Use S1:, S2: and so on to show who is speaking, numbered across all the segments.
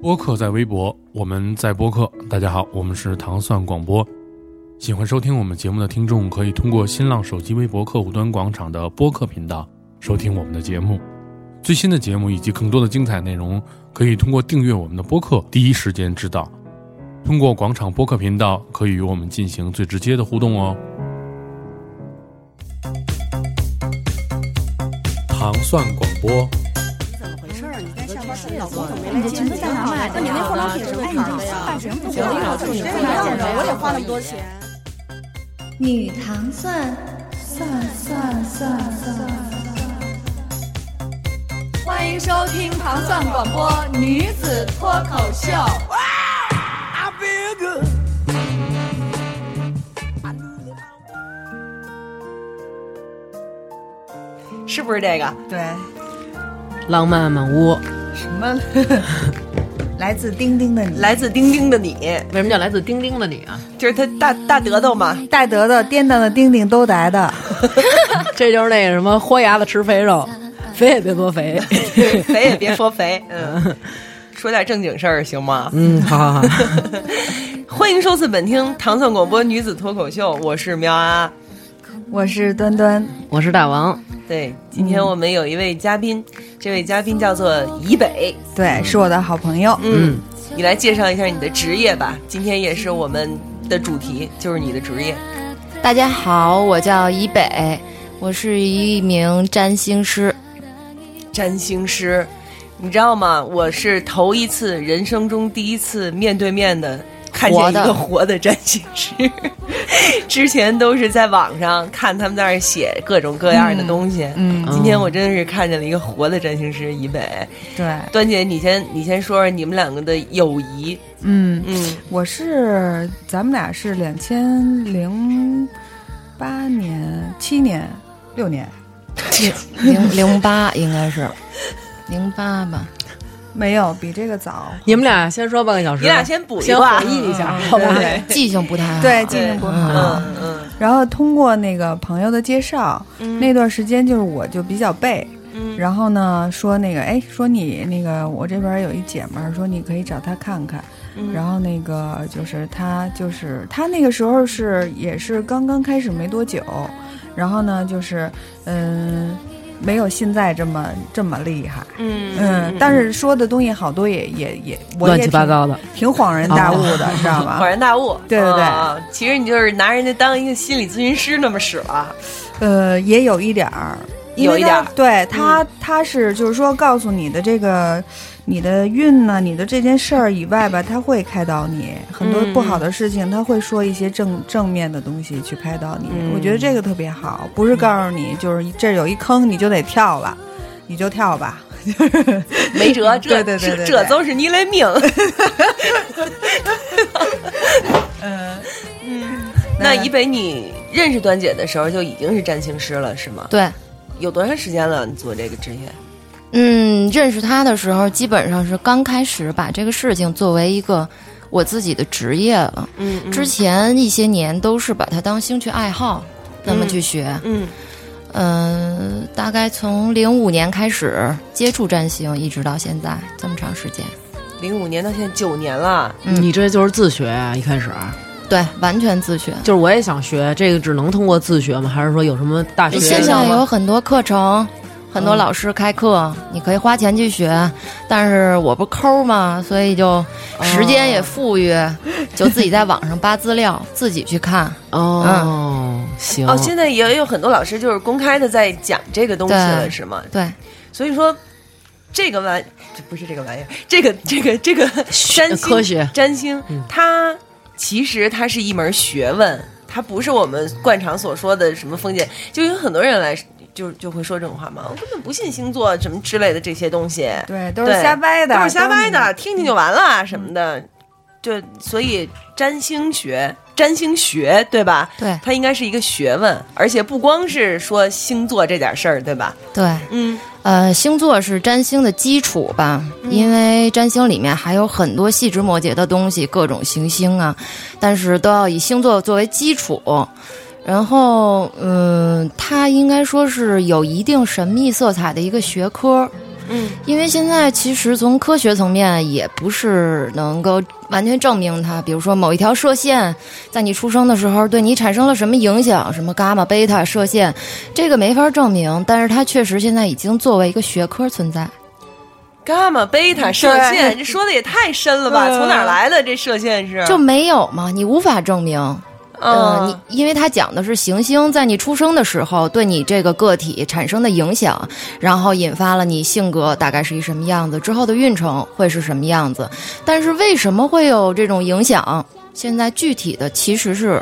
S1: 播客在微博，我们在播客。大家好，我们是糖蒜广播。喜欢收听我们节目的听众，可以通过新浪手机微博客户端广场的播客频道收听我们的节目。最新的节目以及更多的精彩内容，可以通过订阅我们的播客第一时间知道。通过广场播客频道，可以与我们进行最直接的互动哦。糖蒜广播，
S2: 怎么回事儿？你该上班时间，老公怎么没
S3: 你
S2: 来
S3: 的
S2: 接
S3: 裙子在哪买的？
S2: 那你那化妆品是
S3: 哎，
S2: 为
S3: 你
S2: 啥
S3: 这
S2: 的呀？
S3: 发型不
S4: 哎
S2: 行，
S3: 好，
S2: 我
S3: 你
S2: 你
S3: 这
S2: 这
S3: 样
S2: 样
S3: 的
S2: 的，，
S4: 啊
S3: 我
S2: 我
S3: 得
S2: 得
S3: 花
S2: 花那
S3: 那么
S2: 么
S3: 多
S2: 多
S3: 钱。
S2: 钱。
S5: 女糖蒜，蒜蒜蒜蒜蒜，
S3: 欢迎收听糖蒜广播女子脱口秀。
S6: 是不是这个？
S4: 对，
S7: 浪漫满屋，
S4: 什么来自丁丁的你，
S6: 来自丁丁的你，
S7: 为什么叫来自丁丁的你啊？
S6: 就是他大大德头嘛，
S4: 戴德的、颠倒的、丁丁都来的，
S7: 这就是那个什么豁牙子吃肥 肉，肥也别多肥。
S6: 肥也别说肥，嗯，说点正经事儿行吗？
S7: 嗯，好好好，
S6: 欢迎收视本厅糖蒜广播女子脱口秀，我是苗啊。
S4: 我是端端，
S7: 我是大王。
S6: 对，今天我们有一位嘉宾，这位嘉宾叫做以北，
S4: 对，是我的好朋友。
S6: 嗯，你来介绍一下你的职业吧。今天也是我们的主题，就是你的职业。
S8: 大家好，我叫以北，我是一名占星师。
S6: 占星师，你知道吗？我是头一次，人生中第一次面对面的看见一
S8: 活
S6: 个
S8: 的
S6: 活的占星师。 之前都是在网上看他们在那儿写各种各样的东西。
S4: 嗯，
S6: 今天我真的是看见了一个活的占星师以北。
S4: 对，
S6: 端姐，你先你先说说你们两个的友谊。
S4: 嗯，
S6: 嗯，
S4: 我是咱们俩是两千零八年、七年、六年，
S8: 零零八应该是零八吧？
S4: 没有比这个早。
S7: 你们俩先说半个小时，
S6: 你俩先补一
S7: 先
S6: 卦
S7: 回。忆一下，
S4: 嗯
S7: 好吧？
S6: 对
S8: 记性不太好。
S4: 对，记性不好。
S6: 嗯嗯
S4: 然后通过那个朋友的介绍，
S6: 嗯
S4: 那段时间就是我就比较背，
S6: 嗯
S4: 然后呢，说那个，哎，说你那个，我这边有一姐们儿，说你可以找她看看。
S6: 嗯
S4: 然后那个就是她，就是她那个时候是也是刚刚开始没多久，然后呢，就是嗯，没有现在这么这么厉害。
S6: 嗯
S4: 嗯，但是说的东西好多也也也，我
S7: 乱
S4: 也
S7: 七
S4: 挺
S7: 八，糟的，
S4: 挺恍然大悟的，知道
S6: 恍
S4: 吧？
S6: 然大悟。
S4: 对对对
S6: 啊，其实你就是拿人家当一个心理咨询师那么使了。
S4: 呃，也有一点儿，因为
S6: 有一点儿嗯
S4: 他对他，他是就是说告诉你的这个，你的运呢、你的这件事儿以外吧，他会开导你很多
S6: 嗯
S4: 不好的事情，他会说一些正正面的东西去开导你。
S6: 嗯
S4: 我觉得这个特别好，不是告诉你就是这儿有一坑你就得跳了，你就跳吧。
S6: 没辙， 这
S4: 对对对对
S6: 这这
S4: 对
S6: 都是你的命。
S4: 嗯
S6: 那以北，你认识端姐的时候就已经是占星师了，是吗？
S8: 对，
S6: 有多长时间了？你做这个职业？
S8: 嗯，认识他的时候，基本上是刚开始把这个事情作为一个我自己的职业了。
S6: 嗯
S8: 之前一些年都是把它当兴趣爱好那么去学。
S6: 嗯
S8: 嗯、大概从零五年开始接触占星，一直到现在这么长时间。
S6: 零五年到现在九年了。
S8: 嗯
S7: 你这就是自学啊！一开始
S8: 对，完全自学。
S7: 就是我也想学，这个只能通过自学吗？啊还是说有什么大学
S8: 现
S7: 校
S8: 在有
S7: 吗？
S8: 很多课程，很多
S7: 嗯
S8: 老师开课，你可以花钱去学，但是我不抠嘛，所以
S7: 哦
S8: 就时间也富裕，就自己在网上扒资料，自己去看。
S7: 哦，行，
S6: 哦，现在也有很多老师就是公开的在讲这个东西了，
S8: 对
S6: 是吗？
S8: 对，
S6: 所以说，这个玩这不是这个玩意儿，这个这个这个占星
S7: 科学
S6: 占星，它其实它是一门学问，它不是我们惯常所说的什么封建，就有很多人来就就会说这种话嘛，我根本不信星座什么之类的这些东西，
S4: 对，都是瞎掰的，
S6: 都是瞎掰
S4: 都是
S6: 的，听听就完了什么的，就所以占星学。占星学对吧？
S8: 对
S6: 它应该是一个学问，而且不光是说星座这点事儿，对吧？
S8: 对，
S6: 嗯
S8: 呃，星座是占星的基础吧，
S7: 嗯
S8: 因为占星里面还有很多细枝末节的东西，各种行星啊，但是都要以星座作为基础。然后，嗯，它应该说是有一定神秘色彩的一个学科，
S6: 嗯
S8: 因为现在其实从科学层面也不是能够完全证明它，比如说某一条射线在你出生的时候对你产生了什么影响，什么伽马、贝塔射线，这个没法证明，但是它确实现在已经作为一个学科存在。
S6: 伽马、贝塔、射线，这说的也太深了吧？
S7: 嗯
S6: 从哪儿来的这射线是？
S8: 就没有嘛，你无法证明。呃，
S6: 嗯，
S8: 你因为它讲的是行星在你出生的时候对你这个个体产生的影响，然后引发了你性格大概是一什么样子，之后的运程会是什么样子。但是为什么会有这种影响？现在具体的其实是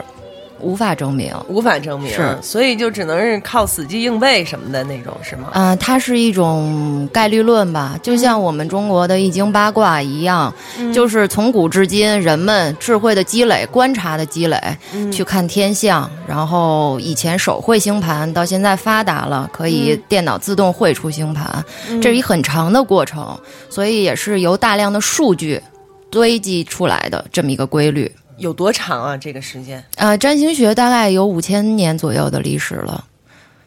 S8: 无法证明。
S6: 无法证明，
S8: 是
S6: 所以就只能是靠死记硬背什么的那种，是吗？
S8: 啊、它是一种概率论吧，就像我们中国的易经八卦一样，
S6: 嗯
S8: 就是从古至今人们智慧的积累、观察的积累，
S6: 嗯
S8: 去看天象，然后以前手绘星盘，到现在发达了，可以电脑自动绘出星盘，这是一很长的过程，所以也是由大量的数据堆积出来的这么一个规律。
S6: 有多长啊？这个时间
S8: 啊，占星学大概有五千年左右的历史了，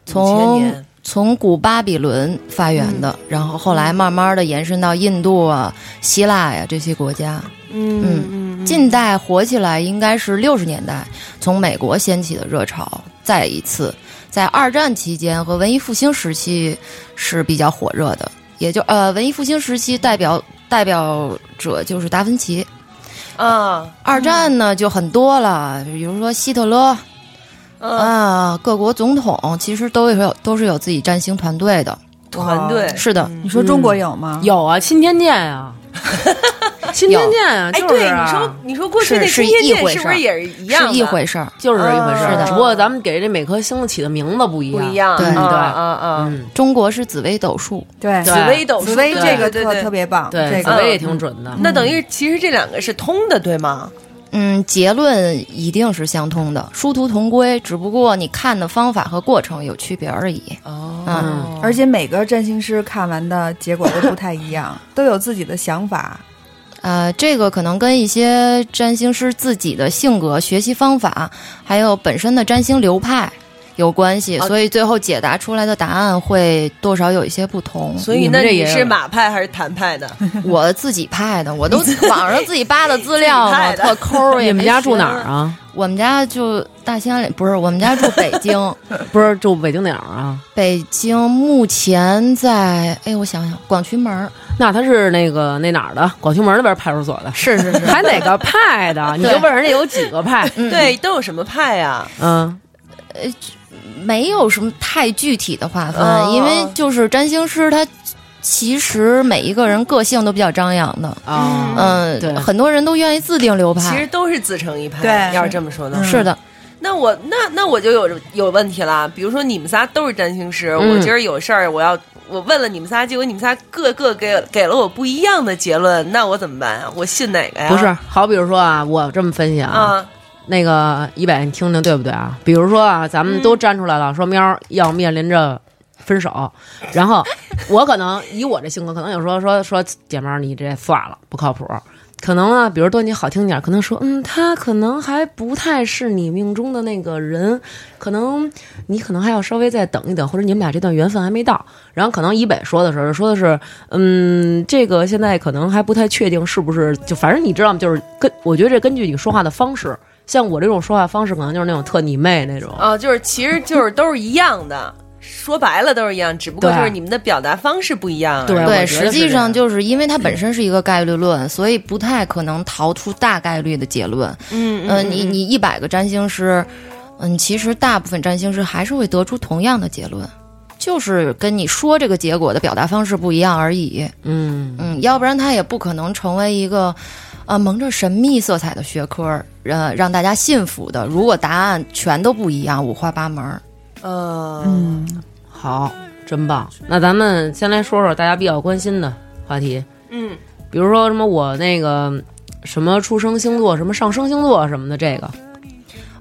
S6: 5000
S8: 从
S6: 年
S8: 从古巴比伦发源的，然后后来慢慢的延伸到印度啊、希腊呀、这些国家。嗯嗯，近代火起来应该是六十年代，从美国掀起的热潮，再一次在二战期间和文艺复兴时期是比较火热的，也就呃文艺复兴时期代表代表者就是达芬奇。
S6: 啊，
S8: 二战呢就很多了，比如说希特勒
S6: 嗯，
S8: 啊，各国总统其实都有都是有自己占星团队的。
S6: 团队
S8: 是的，
S4: 你说中国有吗？
S6: 嗯
S7: 有啊，钦天监 啊，钦天监啊，
S6: 哎，
S7: 就是
S6: 对，你
S7: 啊
S6: 说，你说过去
S8: 是
S6: 那
S8: 是
S6: 今天
S8: 一
S6: 界
S8: 回
S6: 是
S8: 事
S6: 不
S8: 儿
S6: 是也是一样
S8: 是
S6: 的？
S8: 一回事儿。
S7: 就是一回事
S6: 是
S7: 儿
S6: 的，
S7: 只不过咱们给这每颗星起的名字不一
S6: 不
S7: 样，
S6: 一样，
S8: 对
S6: 啊
S8: 对
S6: 啊啊！
S7: 嗯，
S8: 中国是紫微斗数，
S4: 对，
S7: 对
S6: 紫薇斗数，
S4: 紫薇
S6: 对
S4: 这个
S6: 对
S4: 特
S6: 对
S4: 特别棒，
S7: 对，
S4: 这
S7: 紫
S4: 个
S7: 薇也挺准的，
S6: 嗯那等于其实这两个是通的，对吗？
S8: 嗯，结论一定是相通的，殊途同归，只不过你看的方法和过程有区别而已。
S6: 哦
S4: 嗯而且每个占星师看完的结果都不太一样， 都有自己的想法。
S8: 呃，这个可能跟一些占星师自己的性格、学习方法，还有本身的占星流派有关系，
S6: 啊
S8: 所以最后解答出来的答案会多少有一些不同。
S6: 所以
S7: 你
S6: 那
S7: 们这
S6: 你
S7: 也
S6: 是马派还是谭派的？
S8: 我自己派的，我都 网上自己扒的资料嘛，
S6: 自己派的
S8: 特抠儿。
S7: 你
S8: 也没
S7: 们家住
S8: 学
S7: 哪儿？啊？
S8: 我们家就大兴安岭，不是我们家住北京。
S7: 不是住北京哪儿啊？
S8: 北京目前在，哎，我想想，广渠门儿
S7: 那他是那个那哪儿的？广渠门那边派出所的，
S8: 是是是，
S7: 还哪个派的？你就问人家有几个派？
S8: 嗯
S6: 对，都有什么派呀？
S7: 嗯，
S8: 没有什么太具体的划分，
S6: 哦
S8: 因为就是占星师他其实每一个人个性都比较张扬的，
S7: 啊，
S8: 嗯、
S7: 对
S8: 很多人都愿意自定流派，
S6: 其实都是自成一派。
S4: 对
S6: 要是这么说的
S7: 嗯
S6: 话，
S8: 是的，
S6: 那我那那我就有有问题了。比如说你们仨都是占星师，
S7: 嗯
S6: 我今儿有事儿，我要我问了你们仨，结果你们仨各个给给了我不一样的结论，那我怎么办啊？我信哪个呀？
S7: 不是，好，比如说啊，我这么分析啊，
S6: 啊，
S7: 那个一百，你听听对不对啊？比如说啊，咱们都站出来了，说喵要面临着分手，然后我可能以我这性格，可能有时候说说姐妹儿你这算了，不靠谱。可能啊，比如对你好听点儿，可能说，嗯，他可能还不太是你命中的那个人，可能你可能还要稍微再等一等，或者你们俩这段缘分还没到。然后可能以北说的时候说的是，嗯，这个现在可能还不太确定是不是，就反正你知道吗？就是根，我觉得这根据你说话的方式，像我这种说话方式，可能就是那种特你妹那种。
S6: 啊，就是其实就是都是一样的，说白了都是一样，只不过
S7: 对
S6: 就是你们的表达方式不一样而已。
S7: 对我觉
S8: 对，
S7: 得是
S8: 实际
S7: 这样
S8: 上就是因为它本身是一个概率论，所以不太可能逃出大概率的结论。
S6: 嗯
S8: 呃，你你一百个占星师，嗯，其实大部分占星师还是会得出同样的结论，就是跟你说这个结果的表达方式不一样而已。
S7: 嗯，
S8: 嗯，要不然它也不可能成为一个，呃，蒙着神秘色彩的学科，呃，让大家信服的。如果答案全都不一样，五花八门儿，
S6: 呃，
S4: 嗯，
S7: 好，真棒。那咱们先来说说大家比较关心的话题，
S6: 嗯，
S7: 比如说什么我那个什么出生星座、什么上升星座什么的，这个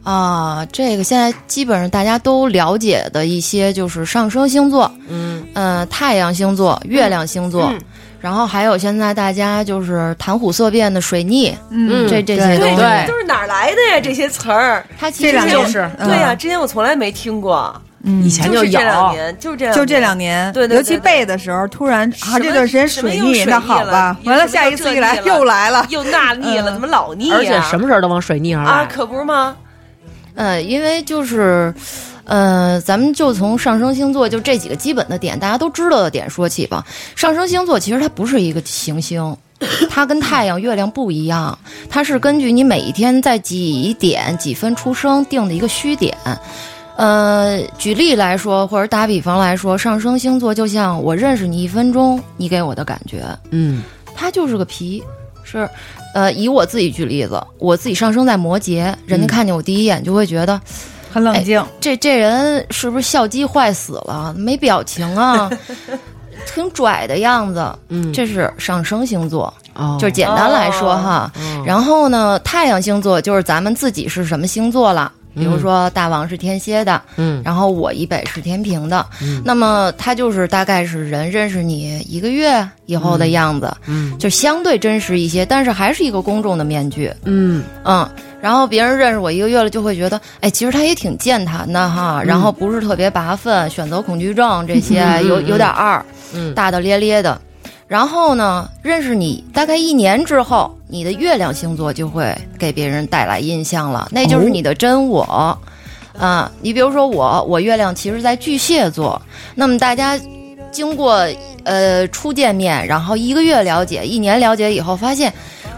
S8: 啊，这个现在基本上大家都了解的一些就是上升星座，嗯，呃，太阳星座、月亮星座，然后还有现在大家就是谈虎色变的水逆，
S7: 嗯
S8: 这
S4: 对
S8: 这些
S6: 对，
S8: 东
S7: 对
S8: 西，
S6: 这都是哪儿来的呀？这些词儿，
S8: 它其
S4: 这
S8: 实
S4: 两
S8: 就
S4: 年
S8: 是
S4: 是
S6: 对呀，之前我从来没听过。
S4: 嗯，
S7: 以前
S6: 就
S7: 就是
S6: 这两
S7: 有，
S6: 年，就是这两
S4: 就这两年，
S6: 对对对
S4: 尤其
S6: 对
S4: 背的时候，突然
S6: 什么
S4: 啊，这段时间水逆，
S6: 什么又水逆
S4: 那好吧
S6: 了，
S4: 完
S6: 又
S4: 了
S6: 什么
S4: 下一
S6: 又
S4: 次
S6: 这
S4: 一来
S6: 腻了
S4: 又来了，
S6: 又那腻了，
S4: 嗯
S6: 怎么老哎腻呀？
S7: 而且什么事儿都往水逆上
S6: 啊，
S7: 赖。
S6: 可不是吗？
S8: 呃，因为就是，呃，咱们就从上升星座就这几个基本的点，大家都知道的点说起吧。上升星座其实它不是一个行星，它跟太阳、月亮不一样，它是根据你每一天在几点几分出生定的一个虚点。呃，举例来说，或者打比方来说，上升星座就像我认识你一分钟，你给我的感觉，
S7: 嗯，
S8: 它就是个皮，是，呃，以我自己举例子，我自己上升在摩羯，人家
S7: 嗯
S8: 看见我第一眼就会觉得、
S4: 很
S6: 哎
S4: 冷静。
S8: 这这人是不是笑肌坏死了，没表情啊，挺拽的样子。
S7: 嗯
S8: 这是上升星座，
S7: 哦
S8: 就是简单来说哈。
S7: 哦
S8: 然后呢，太阳星座就是咱们自己是什么星座了。比如
S7: 嗯
S8: 说，大王是天蝎的，
S7: 嗯
S8: 然后我以北是天平的，
S7: 嗯
S8: 那么他就是大概是人认识你一个月以后的样子，
S7: 嗯
S8: 就相对真实一些，但是还是一个公众的面具，
S7: 嗯
S8: 嗯。然后别人认识我一个月了，就会觉得，哎，其实他也挺健谈的哈，然后不是特别拔分，选择恐惧症这
S7: 嗯
S8: 些
S7: 嗯嗯
S8: 有
S7: 嗯
S8: 有点二，
S7: 嗯
S8: 大大咧咧的。然后呢，认识你大概一年之后，你的月亮星座就会给别人带来印象了，那就是你的真我。啊，你比如说我，我月亮其实在巨蟹座，那么大家经过呃初见面，然后一个月了解，一年了解以后，发现，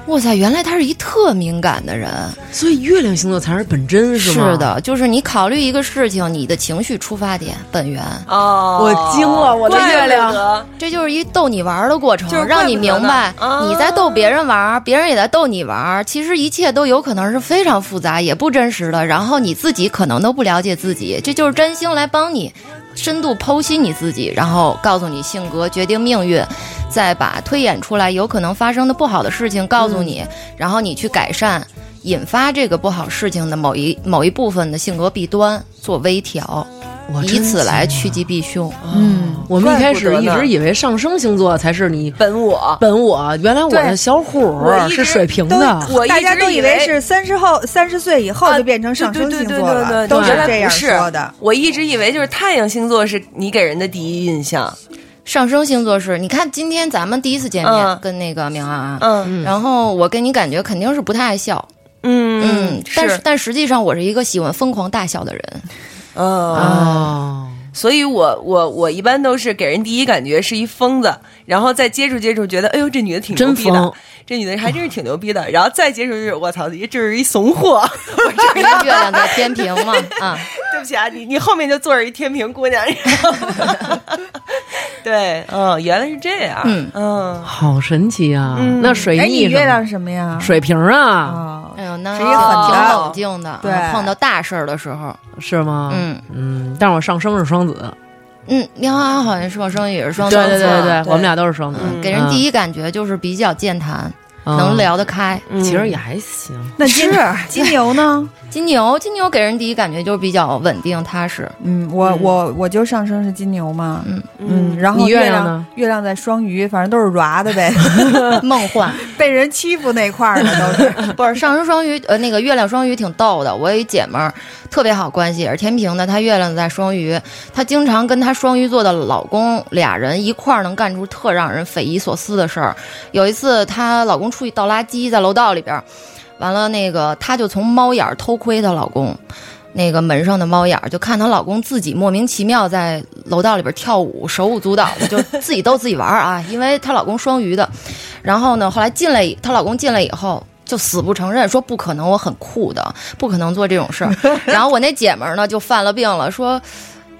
S8: 哇塞，原来他是一特敏感的人。
S7: 所以月亮星座才是本真，是吗？
S8: 是，的，就是你考虑一个事情，你的情绪出发点本源，
S6: 哦，
S7: 我惊了我的
S6: 怪
S7: 月亮
S6: 不得
S8: 这就是一逗你玩儿的过程，
S6: 就是
S8: 让你明白
S6: 怪不得呢啊
S8: 你在逗别人玩儿，别人也在逗你玩儿。其实一切都有可能是非常复杂，也不真实的。然后你自己可能都不了解自己，这就是占星来帮你深度剖析你自己，然后告诉你性格决定命运，再把推演出来有可能发生的不好的事情告诉
S6: 嗯
S8: 你，然后你去改善。引发这个不好事情的某一某一部分的性格弊端做微调，
S7: 我
S8: 以
S7: 真啊
S8: 此
S7: 惊
S8: 来
S7: 了
S8: 趋吉。避凶。
S4: 嗯，
S7: 我们一开
S6: 怪
S7: 始
S6: 不
S7: 一
S6: 得呢
S7: 直以为上升星座才是你
S6: 本我，
S7: 本我，原来我
S4: 对
S7: 的小虎
S6: 我一直
S7: 是水瓶
S4: 都
S7: 的。
S6: 我一
S4: 啊大家
S6: 直
S4: 都
S6: 以
S4: 以为
S6: 为
S4: 是三十后三十岁以后
S6: 啊
S4: 就变成上升星
S6: 对对
S4: 座了，
S6: 对对对对
S4: 都是
S6: 原来
S4: 这样
S6: 不是
S4: 说的。
S6: 我一直以为就是太阳星座是你给人的第一印象，
S8: 上升星座是，你看今天咱们第一次见面，
S6: 嗯
S8: 跟那个明昂啊，
S6: 嗯
S8: 然后我跟你感觉肯定是不太爱笑，
S6: 嗯
S8: 但
S6: 是
S8: 但实际上我是一个喜欢疯狂大笑的人，
S6: 嗯，
S7: 哦，
S6: 所以我我我一般都是给人第一感觉是一疯子，然后再接触接触，觉得哎呦这女的挺牛
S7: 真
S6: 逼的
S7: 疯，
S6: 这女的还真是挺牛逼的，然后再接触就是我操，这是一怂货，我这
S8: 因为月亮在天平嘛，啊，
S6: 对不起啊，你你后面就坐着一天平姑娘，你 知道吗对，嗯，原来是这样，
S8: 嗯
S6: 嗯，
S7: 好神奇啊！那水
S4: 哎，你
S7: 逆
S4: 月
S7: 什么
S4: 亮是什么呀？
S7: 水瓶
S6: 哦
S7: 啊，
S4: 啊，
S8: 哎呦，那
S4: 谁也很
S8: 挺
S4: 大
S8: 冷静的，
S4: 对
S8: 啊碰到大事儿的时候，
S7: 是吗？
S8: 嗯
S7: 嗯，但是我上升是双子，
S8: 嗯，明昂啊好像说生也是双
S7: 对
S8: 子
S7: 对
S8: 座，
S7: 对
S6: 对
S7: 对，我们俩都是双子，
S6: 嗯
S8: 给人第
S7: 一
S8: 一感觉就是比较健谈，能，聊得开。
S7: 嗯其实也还行。
S4: 那金金牛呢？
S8: 金牛，金牛给人第一感觉就是比较稳定踏实，
S4: 嗯，我我我就上升是金牛嘛，
S8: 嗯
S4: 嗯，然后
S7: 你月
S4: 月
S7: 亮呢？
S4: 月亮在双鱼，反正都是 ra 的呗，
S8: 梦幻。
S4: 被人欺负那块儿的都是。
S8: 不是上升双鱼，呃，那个月亮双鱼挺逗的。我有一姐们儿，特别好关系，也是天平的，她月亮在双鱼，她经常跟她双鱼座的老公俩人一块儿能干出特让人匪夷所思的事儿。有一次，她老公出去倒垃圾，在楼道里边儿，完了那个她就从猫眼儿偷窥她老公。那个门上的猫眼儿，就看她老公自己莫名其妙在楼道里边跳舞，手舞足蹈的，就自己逗自己玩儿啊。因为她老公双鱼的，然后呢，后来进来以，她老公进来以后就死不承认，说不可能，我很酷的，不可能做这种事儿。然后我那姐们儿呢就犯了病了，说。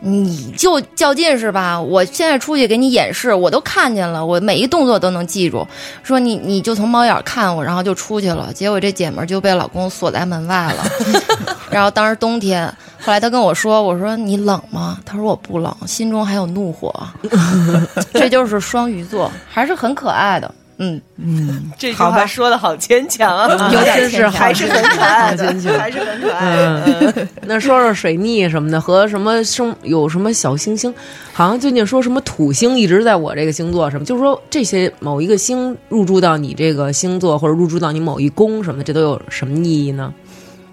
S8: 你就较劲是吧？我现在出去给你演示，我都看见了，我每一动作都能记住。说你你就从猫眼儿看我，然后就出去了。结果这姐们儿就被老公锁在门外了。 然后当时冬天，后来她跟我说，我说你冷吗？她说我不冷，心中还有怒火。这就是双鱼座，还是很可爱的。嗯，
S6: 这句
S4: 好吧
S6: 话说的好坚强啊，
S8: 有点
S7: 真是
S8: 牵强
S6: 还是很可爱的
S7: 好坚，强
S6: 还是很可爱的。
S7: 嗯，那说说水逆什么的和什么生有什么小行星，好像最近说什么土星一直在我这个星座什么，就是说这些某一个星入驻到你这个星座或者入驻到你某一宫什么的，这都有什么意义呢？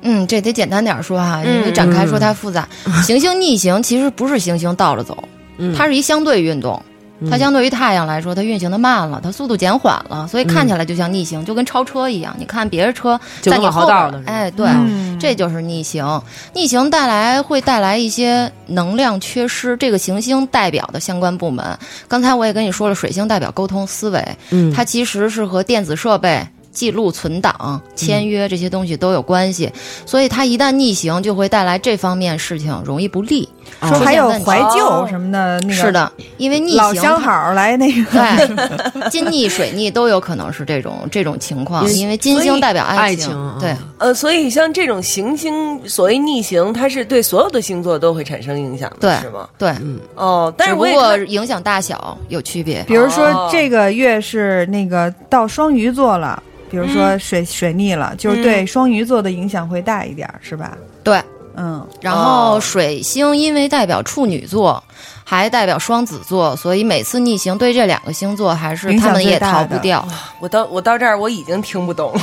S8: 嗯，这得简单点儿说哈，
S6: 嗯
S8: 因为展开说太复杂。行星逆行其实不是行星倒着走，
S7: 嗯
S8: 它是一相对运动。它相对于太阳来说，它运行的慢了，它速度减缓了，所以看起来就像逆行，就跟超车一样。你看别人车
S7: 就
S8: 在
S7: 跟
S8: 你
S7: 往
S8: 后
S7: 后
S8: 边
S7: 倒
S8: 儿
S7: 了，，
S8: 哎，对，
S4: 嗯
S8: 这就是逆行。逆行带来会带来一些能量缺失，这个行星代表的相关部门，刚才我也跟你说了，水星代表沟通思维，
S7: 嗯，
S8: 它其实是和电子设备、记录、存档、签约这些东西都有关系，所以它一旦逆行，就会带来这方面事情容易不利。
S7: 哦
S4: 说还有怀
S6: 哦
S4: 旧什么的，那个
S8: 是，的，因为逆行
S4: 老相好儿来那个，
S8: 对， 金逆、水逆都有可能是这种 这种情况，因为金
S6: 所
S8: 星
S6: 以
S8: 代表
S7: 爱
S8: 情，
S7: 情
S8: 对
S7: 嗯。
S6: 呃，所以像这种行星所谓逆行，它是对所有的星座都会产生影响的，
S8: 对
S6: 是吗？
S8: 对，
S7: 嗯
S6: 哦，但
S8: 只
S6: 是
S8: 不
S6: 我也
S8: 过
S6: 看
S8: 影响大小有区别。
S4: 比如说这个月是那个到双鱼座了。比如说水、水逆了，就是对双鱼座的影响会大一点儿，是吧？
S8: 对，
S4: 嗯，
S8: 然后
S6: 哦
S8: 水星因为代表处女座，还代表双子座，所以每次逆行对这两个星座还是
S4: 影响
S8: 他们
S4: 最
S8: 也
S4: 大
S8: 逃
S4: 的
S8: 不掉。
S6: 我到我到这儿我已经听不懂了，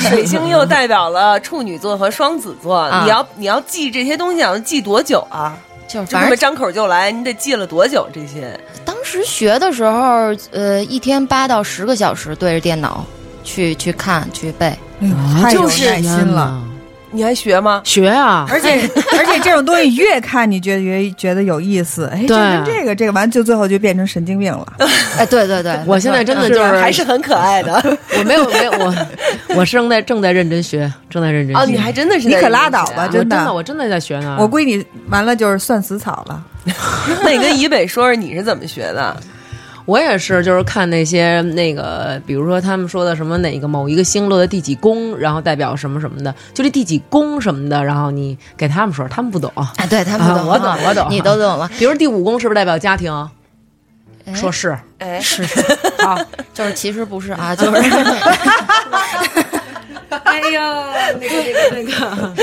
S6: 水星又代表了处女座和双子座，
S8: 啊
S6: 你要你要记这些东西，要记多久啊？
S8: 就是
S6: 就
S8: 反
S6: 这么
S8: 正
S6: 张口就来，你得记了多久这些？
S8: 当时学的时候，呃，一天八到十个小时对着电脑去去看去 背。
S4: 哎呦
S7: 啊
S4: 太有
S6: 就是
S4: 耐心了。，
S6: 你还学 吗？
S7: 学啊，
S4: 而 且而且这种东西越看你觉得越觉得有意思，哎，这跟
S7: 对
S4: 这个这个完就最后就变成神经病了。
S8: 哎，对对对，
S7: 我现在真的
S8: 嗯
S7: 就是
S6: 还是很可爱的
S7: 我没有没有我我正在正在认真学，正在认真学。
S6: 哦，你还真的是
S4: 啊你
S6: 在
S4: 可
S6: 认
S4: 拉
S6: 真
S4: 倒
S6: 学啊
S4: 吧
S7: 我
S4: 真
S7: 真
S4: 的
S7: 我真的在学呢。
S4: 我闺女完了就是算死草了，
S6: 那你跟以北说说你是怎么学的？
S7: 我也是，就是看那些那个，比如说他们说的什么哪个某一个星落在第几宫，然后代表什么什么的，就这第几宫什么的，然后你给他们说，他们不懂。
S8: 哎，对他们
S7: 啊
S8: 懂，
S7: 我懂我懂
S8: 你都懂了。
S7: 比如第五宫是不是代表家庭？说是，
S6: 哎，
S8: 是是，
S7: 好，
S8: 就是其实不是 啊，就是
S7: 哎呀，那个那个那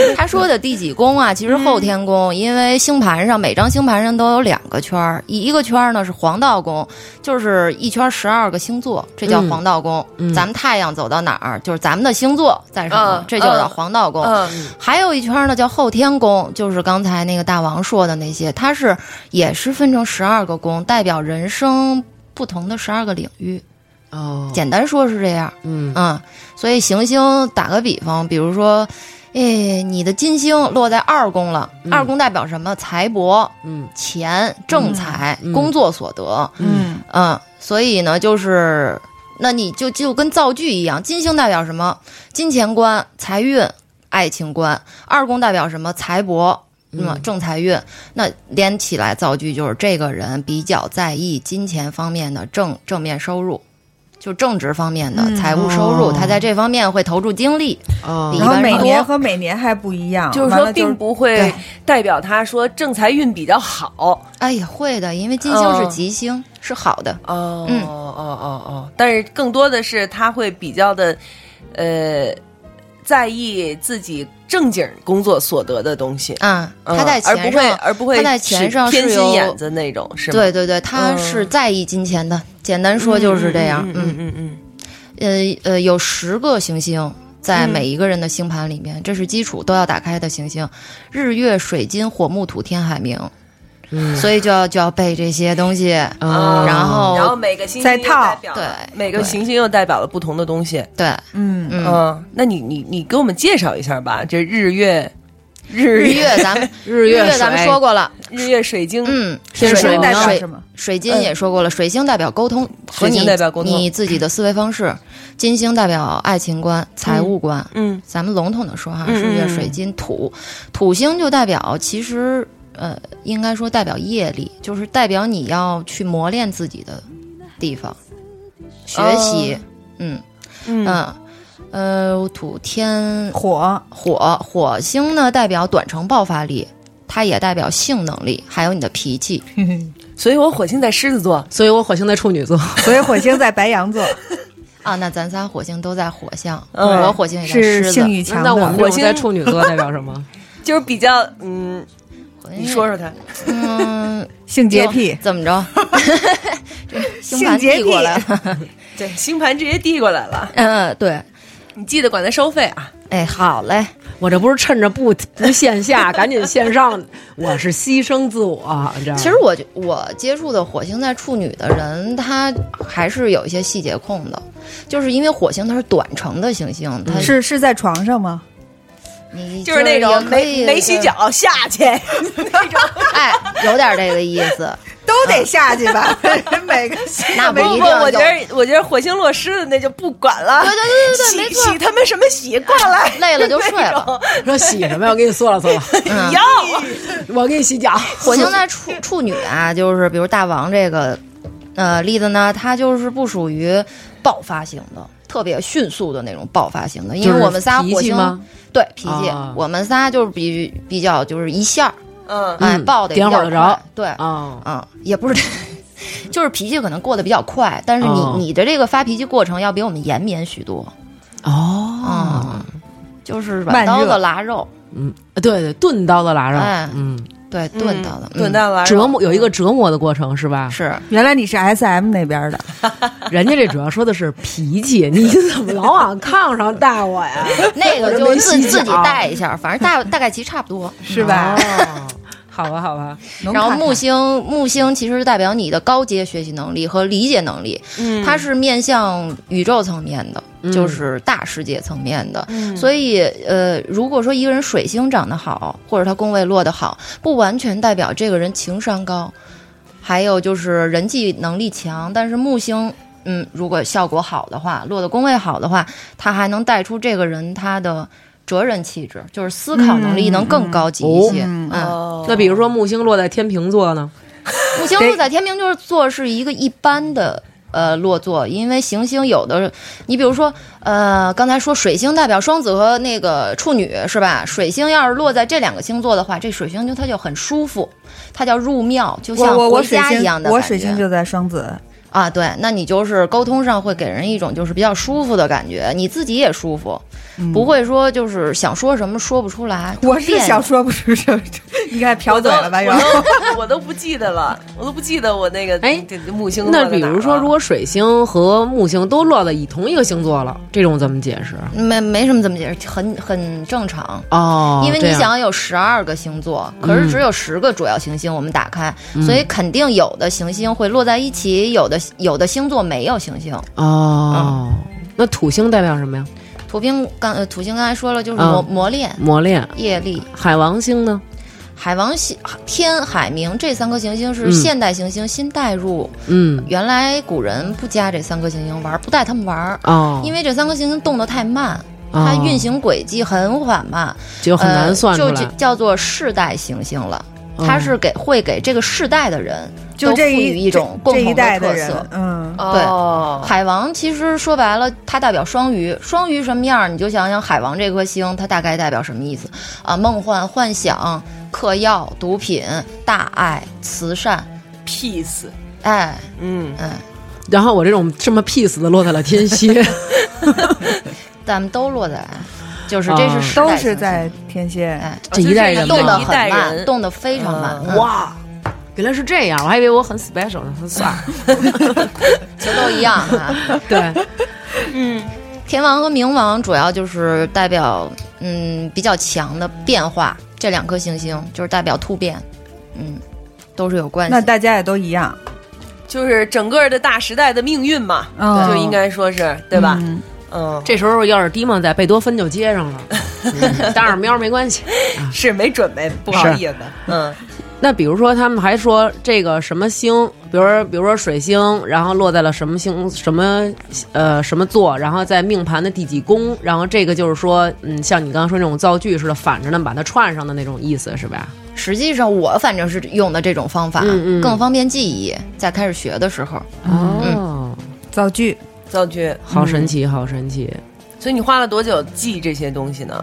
S7: 个，
S8: 他说的第几宫啊，其实后天宫，
S7: 嗯
S8: 因为星盘上每张星盘上都有两个圈儿，一一个圈儿呢是黄道宫，就是一圈十二个星座，这叫
S7: 嗯
S8: 黄道宫。
S7: 嗯
S8: 咱们太阳走到哪儿，就是咱们的星座在什么，
S6: 嗯
S8: 这就叫黄道宫。
S6: 嗯，
S8: 还有一圈儿呢叫后天宫，就是刚才那个大王说的那些，它是也是分成十二个宫，代表人生不同的十二个领域。
S7: 哦，
S8: 简单说是这样。
S7: 嗯，
S8: 嗯，所以行星打个比方，比如说，哎，你的金星落在二宫了，
S7: 嗯
S8: 二宫代表什么？财帛、
S7: 嗯
S8: 钱、正财、
S7: 嗯
S8: 工作所得。
S7: 嗯，
S8: 嗯，所以呢，就是。那你就就跟造句一样，金星代表什么？金钱观、财运、爱情观。二宫代表什么？财帛，
S6: 嗯
S8: 那么正财运。那连起来造句就是这个人比较在意金钱方面的正正面收入，就正职方面的
S4: 嗯
S8: 财务收入，
S7: 哦
S8: 他在这方面会投注精力。
S7: 哦
S8: 比一
S4: 然后
S8: 般
S4: 每
S8: 人
S4: 年
S8: 多
S4: 和每年还不一样，
S6: 就是
S4: 完
S6: 说
S4: 了
S6: 并不会
S8: 对
S6: 代表他说正财运比较好
S8: 哎呀，会的，因为金星是吉星，是好的。
S6: 哦
S8: 嗯
S6: 哦哦哦，但是更多的是他会比较的，呃，在意自己正经工作所得的东西，
S8: 啊，
S6: 嗯
S8: 他在
S6: 而不
S8: 钱
S6: 会
S8: 上，
S6: 而不会
S8: 他在钱
S6: 是
S8: 上是
S6: 偏心
S8: 有
S6: 眼子那种，是吗？
S8: 对，对对，他是在意金钱的。简单说就是这样。
S6: 嗯嗯嗯
S8: 呃呃，有十个行星在
S6: 嗯
S8: 每一个人的星盘里面，这是基础都要打开的行星，日月水金火木土天海冥，
S7: 嗯
S8: 所以就要就要背这些东西。
S6: 啊
S7: 哦，
S8: 然后
S6: 然后每个星星
S4: 再
S6: 又
S4: 套
S6: 代表
S8: 对
S6: 了每个
S8: 对
S6: 行星又代表了不同的东西。
S8: 对，
S4: 嗯，
S8: 嗯，
S6: 嗯，那你你你给我们介绍一下吧，这日月
S8: 日
S6: 日
S8: 月咱们
S7: 日月
S8: 咱们说过了，
S6: 日月水晶，
S8: 嗯，
S7: 天
S8: 水
S7: 水
S4: 代表
S8: 水
S4: 什么？
S8: 水晶也说过了，水星代表沟通和
S6: 水
S8: 你
S6: 晶代表沟通
S8: 你自己的思维方式，金星代表爱情观、财务观。
S6: 嗯
S8: 咱们笼统的说哈，
S6: 嗯嗯
S8: 日月
S6: 嗯
S8: 水金土，土星就代表其实呃，应该说代表业力，就是代表你要去磨练自己的地方，学习，嗯
S6: 嗯
S8: 嗯呃，土天
S4: 火，
S8: 火火星呢代表短程爆发力，它也代表性能力，还有你的脾气。
S6: 所以我火星在狮子座，
S7: 所以我火星在处女座，
S4: 所以火星在白羊座，
S8: 啊，那咱仨火星都在火象，
S6: 嗯
S8: 我 火星也在
S4: 是
S8: 狮子
S4: 性。欲强
S7: 那我们
S4: 的。
S7: 这种在处女座代表什么？
S6: 就是比较嗯，
S8: 火星
S6: 你说说
S8: 哎
S6: 他，
S8: 嗯，
S4: 性洁癖，
S8: 怎么着？ 这星
S4: 性
S8: 盘
S4: 洁
S8: 递
S4: 癖
S8: 过来了。
S6: 对，星盘直接递过来了，
S8: 嗯，对，
S6: 你记得管他收费啊。
S8: 哎，好嘞，
S7: 我这不是趁着不不线下， 赶紧线上，我是牺牲自我，
S6: 嗯
S7: 你知道吗？
S8: 其实我觉我接触的火星在处女的人，他还是有一些细节控的，就是因为火星它是短程的行星，它
S4: 是是在床上吗？
S8: 你
S6: 嗯就是那
S8: 也
S6: 种
S8: 可以嗯
S6: 没没洗，脚下去 那种，
S8: 哎，有点这个意 思，
S4: 都得下去吧， 每个
S8: 嗯那不
S6: 不
S8: 一定
S6: 不，我
S8: 有
S6: 觉得我觉得火星落狮子那就不管了，
S8: 对对对对对没
S6: 洗
S8: 错
S6: 洗他们什么洗，过来，
S8: 累了就睡
S6: 那
S8: 了。
S6: 种
S7: 说洗什么呀？我给你嗦了嗦了，
S8: 嗯
S6: 要啊
S7: 我给你洗脚。
S8: 火星在处 处女啊，就是比如大王这个，呃，例子呢，它就是不属于爆发型的，特别迅速的那种爆发型的，因为我们仨
S7: 就是脾
S8: 火
S7: 气
S8: 星
S7: 吗？
S8: 对脾气，
S7: 啊
S8: 我们仨就是比比较就是一下儿，
S6: 嗯，
S8: 哎，
S7: 嗯
S8: 爆的
S7: 点火得着，
S8: 对，
S7: 啊，
S8: 嗯，也不是。 就是脾气可能过得比较快，但是你、
S7: 哦
S8: 你的这个发脾气过程要比我们延绵许多，
S7: 哦，
S8: 嗯，就是
S4: 慢
S8: 软刀
S4: 热
S8: 子拉肉，
S7: 对对，钝刀的拉
S8: 哎
S7: 上，嗯，
S8: 对，炖到的，
S6: 滚
S8: 嗯
S6: 蛋了，
S7: 折磨有一个折磨的过程哎是吧？
S8: 是
S4: 原来你是 S M 那边的，
S7: 人家这主要说的是脾气，你怎么老往炕上带我 呀？
S8: 那个就
S7: 没
S8: 自
S7: 细
S8: 自己
S7: 讲
S8: 带一下，反正大大概其差不多。
S4: 是吧？
S7: 哦，好吧，好吧，
S4: 能
S8: 然后
S4: 看
S8: 木星，木星其实代表你的高阶学习能力和理解能力，
S6: 嗯
S8: 它是面向宇宙层面的，
S4: 嗯
S8: 就是大世界层面的。所以，呃，如果说一个人水星长得好，或者他宫位落得好，不完全代表这个人情商高，还有就是人际能力强。但是木星，嗯，如果效果好的话，落的宫位好的话，他还能带出这个人他的责任气质，就是思考能力能更高级一些。
S4: 嗯
S8: 嗯，
S6: 哦
S7: 那比如说木星落在天平座呢？
S8: 木星落在天平就是座是一个一般的呃落座，因为行星有的，你比如说呃，刚才说水星代表双子和那个处女是吧？水星要是落在这两个星座的话，这水星就它就很舒服，它叫入庙，就像
S4: 我我我
S8: 回
S4: 水
S8: 家一样
S4: 星
S8: 的
S4: 我
S8: 感
S4: 水
S8: 觉
S4: 星就在双子，
S8: 啊，对，那你就是沟通上会给人一种就是比较舒服的感觉，你自己也舒服，不会说就是想说什么说不出来。
S4: 嗯我是
S8: 别扭
S4: 想说不出什么，你看
S6: 我
S4: 瓢
S6: 都
S4: 嘴了吧？
S6: 我
S4: 然后
S6: 都 我都不记得了，我都不记得我那个
S7: 哎
S6: 这这木星落在
S7: 那
S6: 哪儿了。啊
S7: 比如说，如果水星和木星都落在以同一个星座了，这种怎么解释？
S8: 没没什么怎么解释，很很正常。
S7: 哦，
S8: 因为
S7: 这
S8: 你
S7: 样，嗯
S8: 想有十二个星座，可是只有十个主要行星我们打开，所以肯定有的行星会落在一起，有的有的星座没有行星。
S7: 哦，那土星代表什么呀？
S8: 土星刚呃土星刚才说了，就是磨、
S7: 嗯
S8: 磨练、
S7: 磨练。
S8: 业力、
S7: 海王星呢？
S8: 海王星、天海冥这三颗行星是
S7: 嗯
S8: 现代行星新带入，
S7: 嗯，
S8: 原来古人不加这三颗行星玩，不带他们玩儿，
S7: 哦，
S8: 因为这三颗行星动得太慢。
S7: 哦
S8: 它运行轨迹很缓慢，
S7: 就很难算出
S8: 呃、
S7: 来哦
S8: 就。叫做世代行星了。它是给会给这个世代的人
S4: 就
S8: 都
S4: 这
S8: 赋予
S4: 一
S8: 一种
S4: 这
S8: 共
S4: 这一
S8: 同的
S4: 代
S8: 特
S4: 人
S8: 色，。
S4: 嗯，
S8: 对
S6: 哦，
S8: 海王其实说白了，它代表双鱼。双鱼什么样儿，你就想想海王这颗星，它大概代表什么意思啊？梦幻、幻想、嗑药、毒品、大爱、慈善，
S6: peace，
S8: 哎，
S6: 嗯，
S8: 嗯，
S7: 然后我这种这么 peace 的落在了天蝎，
S8: 咱们都落在，就是这
S7: 啊
S8: 是世代
S4: 都
S8: 行
S4: 是
S8: 星
S4: 在天蝎。
S8: 哎，
S7: 这一代人
S8: 动
S6: 的
S7: 吧。
S8: 得很
S6: 一代人
S8: 慢，动得非常慢。嗯
S7: 哇，原来是这样，我还以为我很 special 呢，算了。
S8: 节奏一样啊哈。
S7: 对，
S8: 天王和冥王主要就是代表嗯比较强的变化，这两颗行星就是代表突变，嗯，都是有关
S4: 那
S8: 系。
S4: 大家也都一样，
S6: 就是整个的大时代的命运嘛，
S4: 嗯
S6: 就应该说是对吧？嗯，
S7: 这时候要是迪梦在，贝多芬就接上 了。嗯当然喵没关系。
S6: 是没准备，不好意思，嗯，
S7: 那比如说，他们还说这个什么星，比如说比如说水星，然后落在了什么星什么呃什么座，然后在命盘的第几宫，然后这个就是说，嗯，像你刚刚说那种造句似的，反着呢把它串上的那种意思是吧？
S8: 实际上我反正是用的这种方法，
S7: 嗯嗯
S8: 更方便记忆，在开始学的时候。
S7: 哦，
S4: 造句
S6: 造句。
S7: 好神奇，好神奇。
S6: 所以你花了多久记这些东西呢？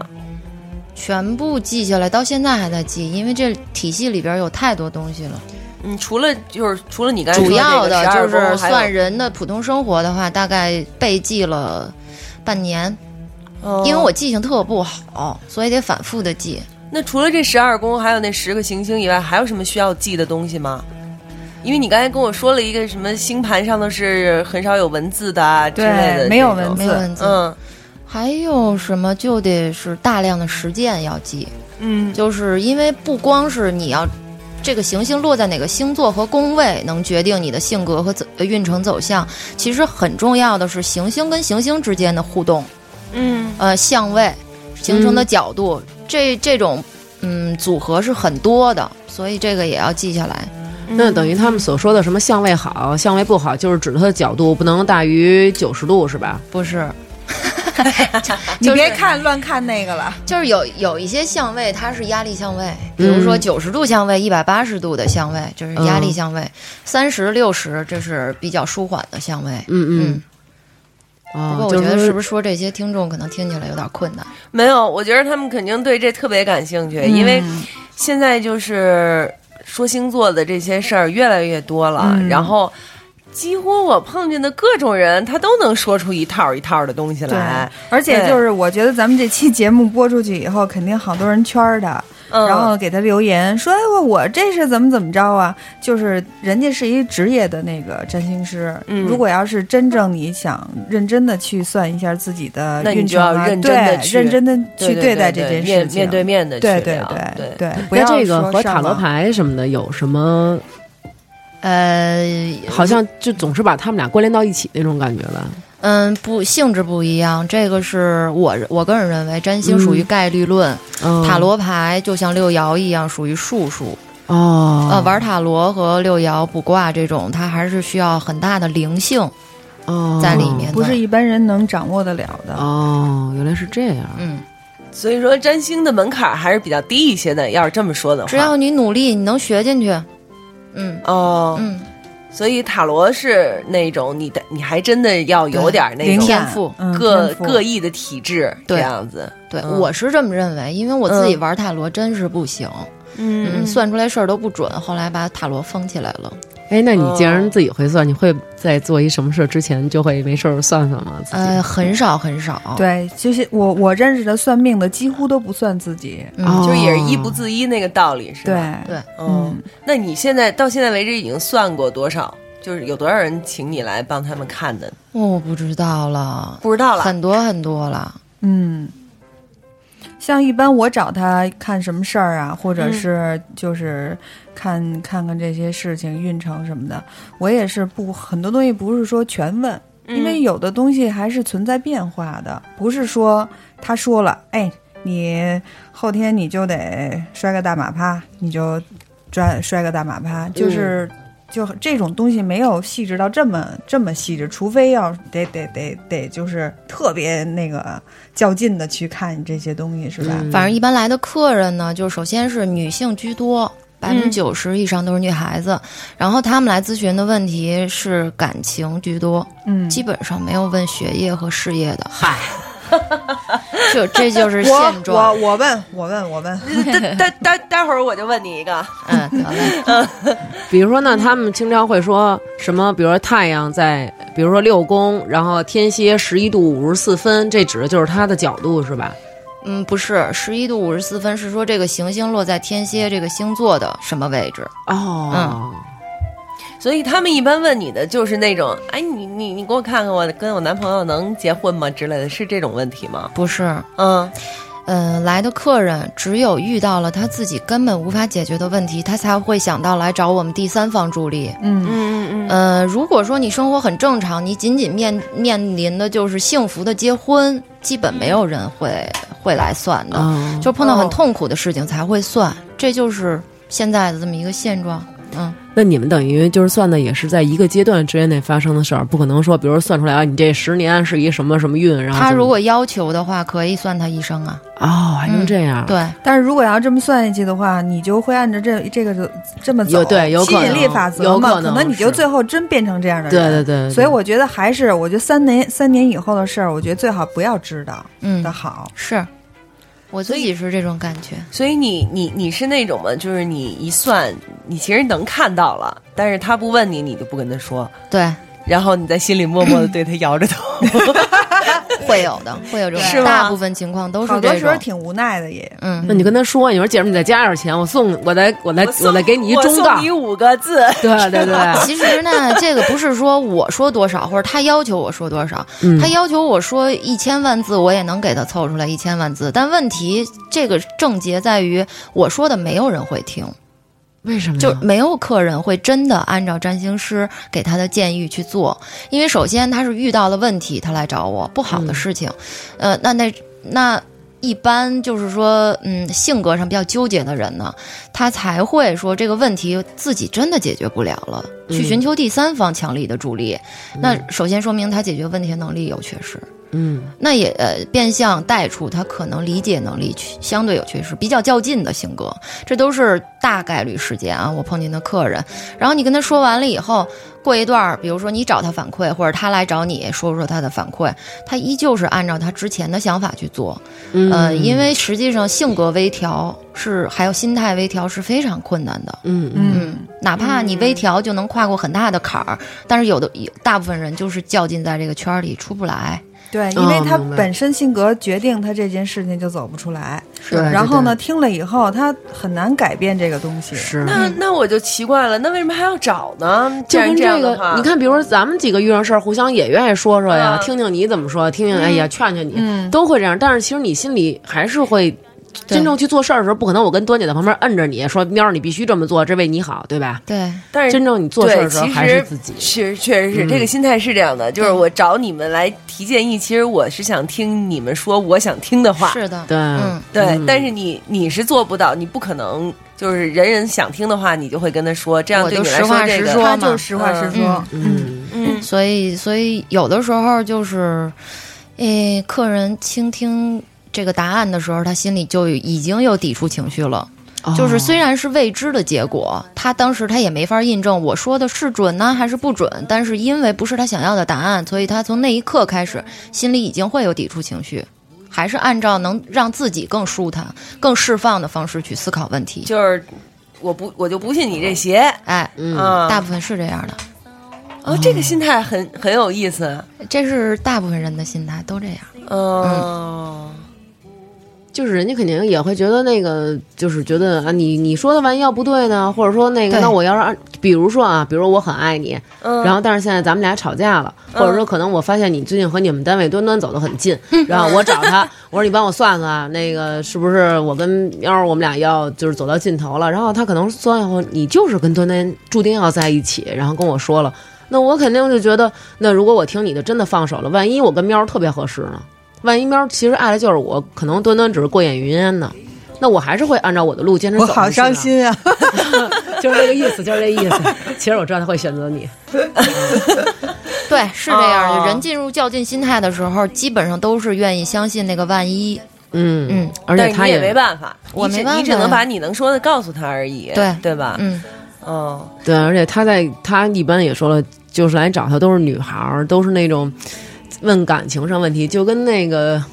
S8: 全部记下来，到现在还在记，因为这体系里边有太多东西了。
S6: 嗯，除了就是除了你刚才
S8: 主要的
S6: 的
S8: 就是算
S6: 人，
S8: 人的普通生活的话，大概背记了半年，
S7: 哦
S6: 嗯
S8: 因为我记性特不好，所以得反复的记。
S6: 那除了这十二宫，还有那十个行星以外，还有什么需要记的东西吗？因为你刚才跟我说了一个什么星盘上的是很少有文字的啊之类的这
S4: 对，
S6: 种，
S4: 没有文
S8: 没有
S4: 字，
S8: 文字，
S6: 哦嗯，
S8: 还有什么就得是大量的实践要记，
S6: 嗯，
S8: 就是因为不光是你要这个行星落在哪个星座和宫位能决定你的性格和走呃运程走向，其实很重要的是行星跟行星之间的互动，
S6: 嗯
S8: 呃，相位形成的角度，这这种嗯组合是很多的，所以这个也要记下来。
S6: 嗯
S7: 那等于他们所说的什么相位好、相位不好，就是指它的角度不能大于九十度，是吧？
S8: 不是，
S4: 你别看乱看那个了，
S8: 就是有有一些相位，它是压力相位，比如说
S7: 嗯
S8: 九十度相位、一百八十度的相位，这是压力
S7: 嗯
S8: 相位；三十六十，这是比较舒缓的相位。
S7: 嗯嗯。
S8: 不
S7: 哦
S8: 过，我
S7: 就
S8: 觉得
S7: 是
S8: 是不是说这些听众可能听起来有点困难？
S6: 没有，我觉得他们肯定对这特别感兴趣，因
S4: 嗯
S6: 为现在就是说星座的这些事儿越来越多了，
S4: 嗯
S6: 然后几乎我碰见的各种人，他都能说出一套一套的东西来。
S4: 而且
S6: 对
S4: 就是我觉得咱们这期节目播出去以后，肯定好多人圈儿的，
S6: 嗯，
S4: 然后给他留言说：“哎，我我这是怎么怎么着啊？”就是人家是一职业的那个占星师，
S6: 嗯
S4: 如果要是真正你想认真的去算一下自己的
S6: 那你
S4: 运
S6: 就
S4: 程
S6: 要
S4: 啊，
S6: 认
S4: 对
S6: 真地
S4: 认
S6: 去
S4: 真的
S6: 对
S4: 去
S6: 对
S4: 待
S6: 对
S4: 这件
S6: 面
S4: 事情，
S6: 面对面的
S4: 对对
S6: 对
S4: 对对，不
S7: 那
S4: 要
S7: 这个
S4: 说
S7: 和
S4: 上
S7: 塔罗
S4: 网
S7: 牌什么的有什么？
S8: 呃，
S7: 好像就总是把他们俩关联到一起那种感觉了。
S8: 嗯，不，性质不一样。这个是我我个人认为，占星属于
S7: 嗯
S8: 概率论，
S7: 嗯
S8: 塔罗牌就像六爻一样，属于术数。
S7: 哦，
S8: 呃，玩塔罗和六爻、卜卦这种，它还是需要很大的灵性
S7: 哦
S8: 在里面的。
S4: 不是一般人能掌握得了的。
S7: 哦，原来是这样。
S8: 嗯，
S6: 所以说占星的门槛还是比较低一些的。要是这么说的话，
S8: 只要你努力，你能学进去。嗯
S6: 哦，
S8: 嗯，
S6: 所以塔罗是那种你的，你还真的要有点那
S4: 灵
S6: 种
S8: 天
S4: 感
S8: 赋
S4: 嗯
S6: 各
S4: 天赋
S6: 各异的体质这
S8: 对
S6: 样子。
S8: 对，
S6: 嗯
S8: 我是这么认为，因为我自己玩塔罗真是不行，嗯，算出来事儿都不准，后来把塔罗封起来了。
S7: 哎，那你既
S6: 哦
S8: 呃
S7: 然自己会算，你会在做一什么事儿之前就会没事儿算算吗？自己
S8: 呃，很少很少。，
S6: 啊
S4: 对，就是我我认识的算命的几乎都不算自己，
S8: 嗯，
S7: 哦
S6: 就也是一不自一那个道理，是
S4: 对嗯
S6: 吧？
S8: 对，
S6: 哦，那你现在到现在为止已经算过多少？就是有多少人请你来帮他们看的？
S8: 哦我不知道了，
S6: 不知道了。
S8: 很多很多了。
S4: 嗯，像一般我找他看什么事儿啊，或
S6: 嗯
S4: 者是就是看、看看这些事情运程什么的，我也是不很多东西不是说全问，
S6: 嗯
S4: 因为有的东西还是存在变化的，不是说他说了，哎，你后天你就得摔个大马趴，你就摔摔个大马趴，就是。就这种东西没有细致到这么这么细致，除非要得得得得就是特别那个较劲的去看这些东西，是吧？
S7: 嗯
S8: 反正一般来的客人呢，就首先是女性居多，百分之九十以上都是女孩子。然后他们来咨询的问题是感情居多，
S4: 嗯，
S8: 基本上没有问学业和事业的。
S7: 嗨，
S8: 就这就是现
S4: 我我
S8: 状。
S4: 我问我问我问，
S6: 待待待待会儿我就问你一个，
S8: 嗯，得嘞。
S7: 比如说呢，他们经常会说什么，比如说太阳在，比如说六宫，然后天蝎十一度五十四分，这指的就是它的角度是吧？
S8: 嗯，不是，十一度五十四分是说这个行星落在天蝎这个星座的什么位置？嗯
S7: 哦，
S6: 所以他们一般问你的就是那种，哎，你你你给我看看我跟我男朋友能结婚吗之类的，是这种问题吗？
S8: 不是，
S6: 嗯，
S8: 嗯，来的客人只有遇到了他自己根本无法解决的问题，他才会想到来找我们第三方助力。
S4: 嗯
S8: 呃，如果说你生活很正常，你仅仅面面临的就是幸福的结婚，基本没有人会会来算的，
S7: 哦
S8: 就碰到
S6: 哦
S8: 很痛苦的事情才会算，这就是现在的这么一个现状。嗯，
S7: 那你们等于就是算的也是在一个阶段之内发生的事儿，不可能说，比如算出来啊，你这十年是一什么什么运，然后
S8: 他
S7: 怎么
S8: 如果要求的话，可以算他一生啊。
S7: 哦还能这样，
S8: 对，
S4: 但是如果要这么算下去的话，你就会按照这这个就这么走，
S7: 有对有
S4: 吸
S7: 可
S4: 引力
S7: 能
S4: 法则
S7: 有
S4: 嘛，
S7: 可能
S4: 你就是最后真变成这样的人。
S7: 对对对对
S4: 所以我觉得还是，我觉得三年三年以后的事儿，我觉得最好不要知道
S8: 嗯
S4: 的，好。
S8: 是我自己是这种感觉。
S6: 所以你你你是那种吗？就是你一算，你其实能看到了，但是他不问你，你就不跟他说，
S8: 对，
S6: 然后你在心里默默的对他摇着头。
S8: 会有的，会有这
S6: 是吗
S8: 种，大部分情况都是
S4: 好
S8: 这
S4: 多
S8: 种。
S4: 时候挺无奈的也。
S8: 嗯
S7: 那你跟他说，你说姐们，你再加点钱，我送，我再我再
S6: 送
S7: 再给你一
S6: 嗯
S7: 忠
S6: 我
S7: 告
S6: 送你，五个字，
S7: 对对对，
S8: 其实呢，这个不是说我说多少，或者他要求我说多少，
S7: 嗯
S8: 他要求我说一千万字，我也能给他凑出来一千万字。但问题，这个症结在于我说的没有人会听，
S7: 为什么呀？
S8: 就没有客人会真的按照占星师给他的建议去做，因为首先他是遇到了问题，他来找我不好的事情，
S7: 嗯
S8: 呃，那那那。一般就是说，嗯，性格上比较纠结的人呢，他才会说这个问题自己真的解决不了了，去
S7: 嗯
S8: 寻求第三方强力的助力。那首先说明他解决问题的能力有缺失。
S7: 嗯
S8: 那也呃变相带出他可能理解能力去相对有缺失，比较较劲的性格，这都是大概率事件啊。我碰见的客人，然后你跟他说完了以后，过一段儿，比如说你找他反馈，或者他来找你说说他的反馈，他依旧是按照他之前的想法去做。
S7: 嗯
S8: 呃，因为实际上性格微调是还有心态微调是非常困难的。
S7: 嗯嗯
S4: 嗯，
S8: 哪怕你微调就能跨过很大的坎儿，但是有的有大部分人就是较劲在这个圈儿里出不来。
S4: 对，因为
S7: 哦
S4: 他
S7: 明白
S4: 本身性格决定他这件事情就走不出来。
S7: 对对
S4: 然后呢，听了以后他很难改变这个东西。
S7: 是。
S6: 那那我就奇怪了，那为什么还要找呢？既
S7: 就
S6: 然
S7: 跟
S6: 这样
S7: 个
S6: 的话，，
S7: 你看，比如说咱们几个遇上事儿，互相也愿意说说呀，
S6: 嗯
S7: 听听你怎么说，听听哎呀，劝劝你，
S4: 嗯
S7: 都会这样。但是其实你心里还是会。
S8: 对
S7: 真正去做事儿的时候，不可能我跟端姐在旁边摁着你说喵儿，你必须这么做，这为你好，对吧？
S8: 对，
S6: 但是
S7: 真正你做事儿的时候
S6: 对其实
S7: 还是自己。
S6: 是确实是、这个心态是这样的，就是我找你们来提建议，其实我是想听你们说我想听的话，
S8: 是的，
S7: 对，
S8: 嗯
S6: 对、
S7: 嗯
S6: 但是你你是做不到，你不可能就是人人想听的话，你就会跟他说，这样
S8: 我
S6: 对
S8: 就
S6: 你来
S8: 实话
S6: 这
S8: 实
S6: 个，
S8: 说
S4: 他
S8: 嘛
S4: 就实话实说。
S7: 嗯，
S6: 嗯，
S8: 所以所以有的时候就是，诶，客人倾听这个答案的时候，他心里就已经有抵触情绪了。
S7: 嗯
S8: 就是虽然是未知的结果，他当时他也没法印证我说的是准呢还是不准，但是因为不是他想要的答案，所以他从那一刻开始心里已经会有抵触情绪，还是按照能让自己更舒坦、更释放的方式去思考问题。
S6: 就是我不我就不信你这邪，
S8: 哎，
S7: 嗯
S6: 啊，
S8: 大部分是这样的，
S6: 哦，这个心态很很有意思，啊
S8: 这是大部分人的心态都这样。
S6: 哦、
S7: 就是人家肯定也会觉得那个，就是觉得啊，你你说的万一要不对呢，或者说那个，
S8: 对
S7: 那我要是按，比如说啊，比如我很爱你，
S6: 嗯
S7: 然后但是现在咱们俩吵架了，或者说可能我发现你最近和你们单位端端走得很近，然后我找他，我说你帮我算算，那个是不是我跟喵儿我们俩要就是走到尽头了？然后他可能算以后你就是跟端端注定要在一起，然后跟我说了，那我肯定就觉得，那如果我听你的真的放手了，万一我跟喵儿特别合适呢？万一喵儿其实爱的就是我，可能端端只是过眼云烟呢。那我还是会按照我的路坚持走。
S4: 嗯我好伤，心啊！
S7: 嗯 就是这个意思，就是这意思。其实我知道他会选择你，
S8: 对，是这样
S6: 哦
S8: 的。人进入较劲心态的时候，基本上都是愿意相信那个万一。
S7: 嗯
S8: 嗯，
S7: 而
S6: 但
S7: 且
S6: 是
S7: 他
S6: 你也没办法，
S8: 我
S6: 你只
S8: 没办法
S6: 你只能把你能说的告诉他而已，
S8: 对
S6: 对吧？
S8: 嗯，
S6: 嗯，
S7: 对，而且他在他一般也说了，就是来找他都是女孩儿，都是那种问感情上问题，就跟那个